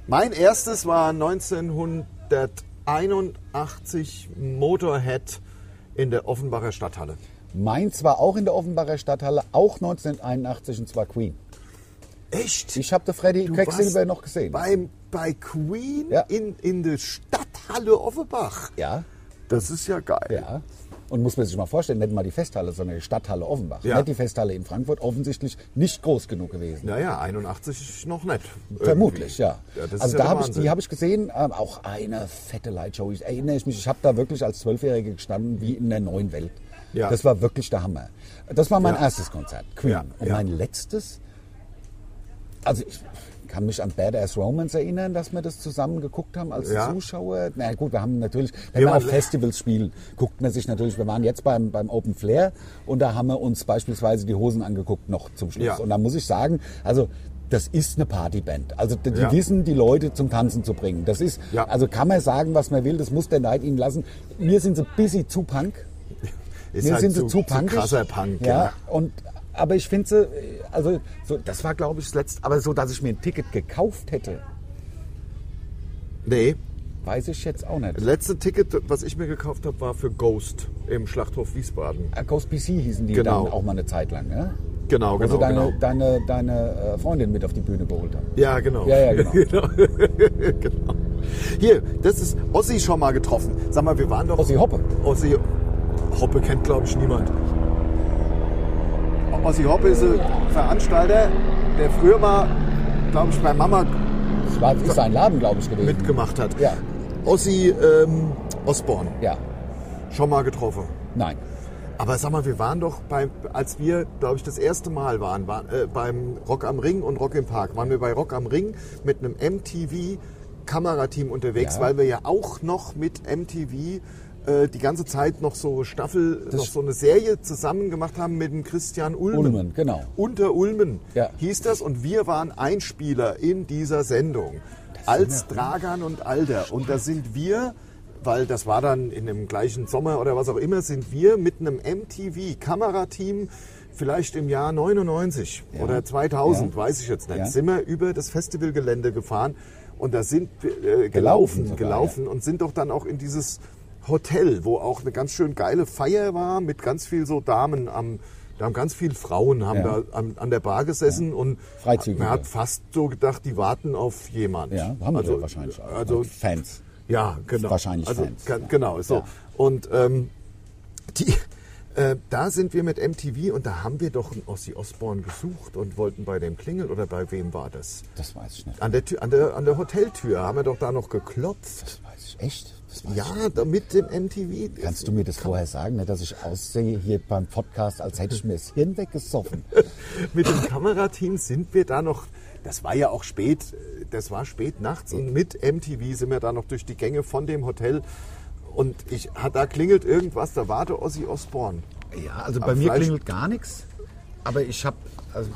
B: Mein erstes war 1981 Motorhead in der Offenbacher Stadthalle.
A: Meins war auch in der Offenbarer Stadthalle, auch 1981, und zwar Queen.
B: Echt?
A: Ich habe den Freddy Quecksilber noch gesehen.
B: Beim, bei Queen
A: Ja.
B: in, in der Stadthalle Offenbach.
A: Ja,
B: Das ist ja geil.
A: ja. Und muss man sich mal vorstellen, nicht mal die Festhalle, sondern die Stadthalle Offenbach.
B: Ja.
A: Nicht die Festhalle in Frankfurt, offensichtlich nicht groß genug gewesen.
B: Naja, 81 noch nicht. Irgendwie.
A: Vermutlich, ja.
B: das
A: also
B: ist ja
A: da
B: der
A: habe ich, die
B: Wahnsinn.
A: habe ich gesehen, ähm, auch eine fette Lightshow. Ich erinnere ich mich, ich habe da wirklich als Zwölfjährige gestanden wie in der neuen Welt.
B: Ja.
A: Das war wirklich der Hammer. Das war mein
B: Ja.
A: erstes Konzert, Queen.
B: Ja,
A: Und
B: ja.
A: mein letztes, also ich kann mich an Badass Romance erinnern, dass wir das zusammen geguckt haben als
B: Ja.
A: Zuschauer. Na gut, wir haben natürlich, wenn
B: Wir
A: wir auf
B: waren-
A: Festivals spielen, guckt man sich natürlich, wir waren jetzt beim, beim Open Flair und da haben wir uns beispielsweise die Hosen angeguckt noch zum Schluss.
B: Ja.
A: Und da muss ich sagen, also das ist eine Partyband. Also die die
B: Ja.
A: wissen, die Leute zum Tanzen zu bringen. Das ist,
B: Ja.
A: also kann man sagen, was man will, das muss der Neid ihnen lassen. Mir sind sie ein bisschen zu punk.
B: Ist
A: Mir
B: halt
A: sind
B: zu-
A: sie zu
B: zu
A: punkig.
B: krasser Punk,
A: Ja,
B: ja.
A: und, aber ich finde sie, also so, das war glaube ich das letzte, aber so, dass ich mir ein Ticket gekauft hätte,
B: Nee,
A: weiß ich jetzt auch nicht.
B: Das letzte Ticket, was ich mir gekauft habe, war für Ghost im Schlachthof Wiesbaden.
A: Äh, Ghost PC hießen die
B: Genau.
A: dann auch mal eine Zeit lang, ne?
B: Genau,
A: Wo sie
B: genau,
A: deine,
B: genau.
A: deine, deine äh, Freundin mit auf die Bühne geholt haben.
B: Ja, genau.
A: Ja, ja, genau.
B: genau. Hier, das ist Ossi schon mal getroffen. Sag mal, wir waren doch...
A: Ossi Hoppe.
B: Ossi Hoppe kennt, glaube ich, niemand. Ossi Hoppe ist ein Veranstalter, der früher mal, glaube ich, bei Mama
A: Das war, ist sein Laden, glaube ich, gewesen.
B: mitgemacht hat.
A: Ja.
B: Ossi ähm, Osborn,
A: Ja,
B: schon mal getroffen.
A: nein.
B: Aber sag mal, wir waren doch, bei, als wir, glaube ich, das erste Mal waren, waren äh, beim Rock am Ring und Rock im Park, waren wir bei Rock am Ring mit einem MTV-Kamerateam unterwegs,
A: Ja.
B: weil wir ja auch noch mit MTV äh, die ganze Zeit noch so Staffel, noch so eine Serie zusammen gemacht haben mit dem Christian Ulmen.
A: Ulmen, genau.
B: Unter Ulmen
A: Ja.
B: hieß das und wir waren Einspieler in dieser Sendung als Dragan und Alder. Und da sind wir, weil das war dann in dem gleichen Sommer oder was auch immer, sind wir mit einem MTV-Kamerateam vielleicht im Jahr 99 oder 2000,
A: Ja.
B: weiß ich jetzt nicht,
A: Ja.
B: sind wir über das Festivalgelände gefahren und da sind wir äh, gelaufen, gelaufen,
A: sogar,
B: und sind doch dann auch in dieses Hotel, wo auch eine ganz schön geile Feier war mit ganz viel so Damen am da haben ganz viele Frauen haben
A: Ja.
B: da an, an der Bar gesessen und
A: Freizügige.
B: man hat fast so gedacht, die warten auf jemanden.
A: Ja, haben wir wahrscheinlich auch.
B: Also
A: Fans.
B: ja, genau.
A: Wahrscheinlich
B: also,
A: Fans,
B: ga-
A: ja.
B: Genau, so.
A: Ja.
B: Und ähm, die, äh, da sind wir mit MTV und da haben wir doch einen Ossi Osborn gesucht und wollten bei dem klingeln oder bei wem war das?
A: Das weiß ich nicht.
B: An der, Tür, an der, an der Hoteltür haben wir doch da noch geklopft.
A: Das weiß ich echt. Das weiß ich.
B: Ja, da mit dem MTV.
A: Kannst du mir das vorher sagen, ne, dass ich aussehe hier beim Podcast, als hätte ich mir das Hirn weggesoffen?
B: mit dem Kamerateam sind wir da noch, das war ja auch spät, das war spät nachts und mit MTV sind wir da noch durch die Gänge von dem Hotel und ich, da klingelt irgendwas, da warte Ossi Osborn.
A: Ja, also
B: Aber vielleicht-
A: gar nichts. Aber ich habe, also,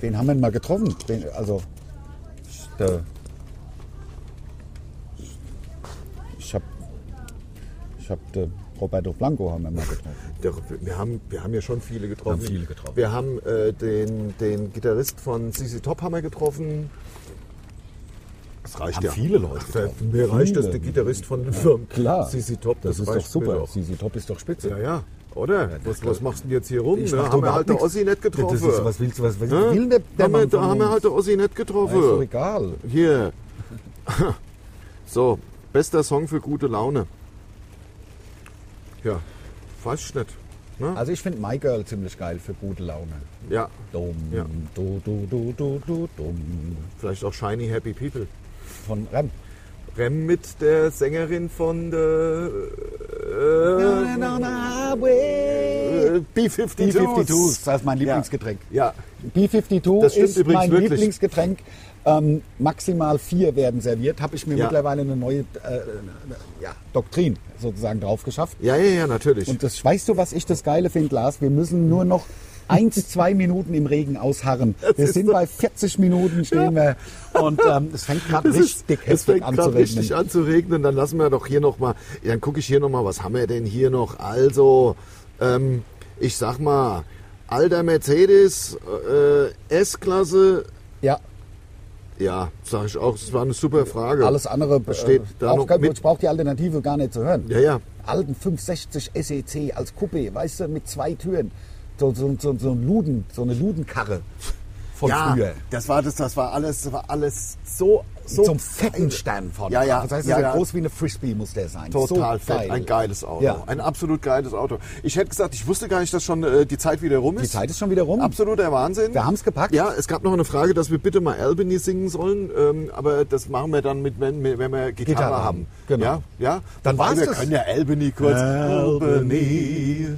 A: wen haben wir denn mal getroffen? Wen, also, der, ich habe, ich habe Roberto Blanco haben wir mal getroffen.
B: Der, wir, haben, wir haben ja schon viele getroffen.
A: Wir haben viele getroffen.
B: Wir haben äh, den, den Gitarrist von CC Top haben wir getroffen. Das reicht
A: Haben
B: ja.
A: viele Leute
B: Für-
A: getroffen.
B: Mir reicht
A: Viele.
B: das, der Gitarrist von, von
A: Klar,
B: CC Top.
A: das, ist doch
B: reicht mir
A: super.
B: doch.
A: CC Top ist doch spitze.
B: Ja, ja. Oder? was, was machst du denn jetzt hier rum? Ne? Haben wir halt der
A: der
B: Ossi nicht getroffen.
A: Das ist, was willst du, was, was
B: Ne?
A: will der, der
B: haben wir,
A: Mann
B: da
A: von
B: haben wir
A: uns?
B: halt der Ossi nicht
A: Ja, Ist doch
B: getroffen.
A: egal.
B: Hier. So, bester Song für gute Laune. Ja, fast nicht. Ne?
A: Also ich finde My Girl ziemlich geil für gute Laune.
B: Ja,
A: Dumm,
B: Ja.
A: du, du, du, du, du, dumm.
B: vielleicht auch Shiny Happy People.
A: Von Rem.
B: Rem mit der Sängerin von der äh, äh, B-52s.
A: B-52s, das ist mein Lieblingsgetränk.
B: Ja, Das
A: B-52
B: stimmt
A: ist
B: übrigens
A: mein
B: wirklich.
A: Lieblingsgetränk. Ähm, maximal vier werden serviert. Habe ich mir
B: Ja.
A: mittlerweile eine neue äh, ja, Doktrin sozusagen drauf geschafft.
B: ja, ja, ja, natürlich.
A: Und das weißt du, was ich das Geile finde, Lars? Wir müssen nur noch eins, zwei Minuten im Regen ausharren. wir
B: ist
A: sind
B: so.
A: bei 40 Minuten stehen wir und ähm, es fängt gerade
B: Das ist-
A: richtig
B: es
A: heftig
B: fängt
A: an zu
B: gerade
A: regnen.
B: richtig an zu regnen. Dann lassen wir doch hier nochmal, dann gucke ich hier nochmal, was haben wir denn hier noch? Also, ähm, ich sag mal, alter Mercedes, äh, S-Klasse,
A: Ja,
B: ja, sag ich auch, das war eine super Frage.
A: alles andere
B: Das steht
A: äh,
B: da noch
A: braucht,
B: mit.
A: ich brauche die Alternative gar nicht zu hören.
B: Ja, ja.
A: Alten 560 SEC als Coupé, weißt du, mit zwei Türen. So, so, so, so, ein Luden, so eine Ludenkarre von
B: ja,
A: früher.
B: das war das, das war alles, das war alles so, so
A: Zum fetten Stern vorne.
B: Ja, ja,
A: drauf. Das heißt,
B: ja,
A: so
B: ja.
A: groß wie eine Frisbee muss der sein.
B: Total
A: so
B: fett,
A: geil.
B: ein geiles Auto,
A: Ja.
B: ein absolut geiles Auto. Ich hätte gesagt, ich wusste gar nicht, dass schon äh, die Zeit wieder rum ist.
A: Die Zeit ist schon wieder rum.
B: Absoluter Wahnsinn.
A: Wir haben's gepackt.
B: Ja, es gab noch eine Frage, dass wir bitte mal Albany singen sollen, ähm, aber das machen wir dann mit, wenn, wir- wenn wir Gitarre,
A: Gitarre
B: haben.
A: haben, genau.
B: Ja, ja.
A: Dann
B: Wobei,
A: war's
B: Wir
A: das.
B: können ja Albany kurz.
A: Albany,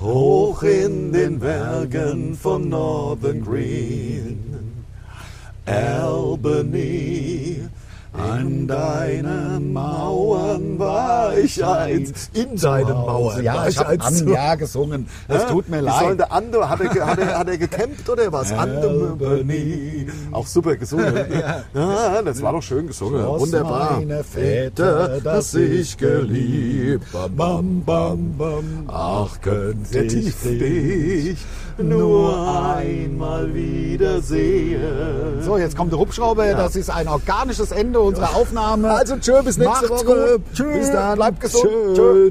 B: hoch in den Bergen von Northern Green. Albany, an deinen Mauern war ich einst. In deinen
A: Oh,
B: Mauern
A: Ja,
B: war
A: ich
B: ich
A: habe
B: einst.
A: an ja gesungen. Es
B: Hä?
A: tut mir
B: Wie Soll
A: leid.
B: der Ando, hat, er, ge- hat, er, hat er gekämpft oder was? Albany. Auch super gesungen. ja. das war doch schön gesungen.
A: Schloss
B: Wunderbar.
A: meine Väter, dass ich geliebt.
B: Bam, bam,
A: Bam,
B: bam.
A: bam, bam.
B: Ach, könnte
A: Sehr
B: ich
A: tief
B: dich nur einmal wiedersehen.
A: So, jetzt kommt der Hubschrauber. Das ist ein organisches Ende unserer Aufnahme.
B: Also, tschö, bis nächste
A: Macht's
B: Woche.
A: Gut. Tschö,
B: Bis dann.
A: Bleibt gesund. Tschö.
B: Tschö.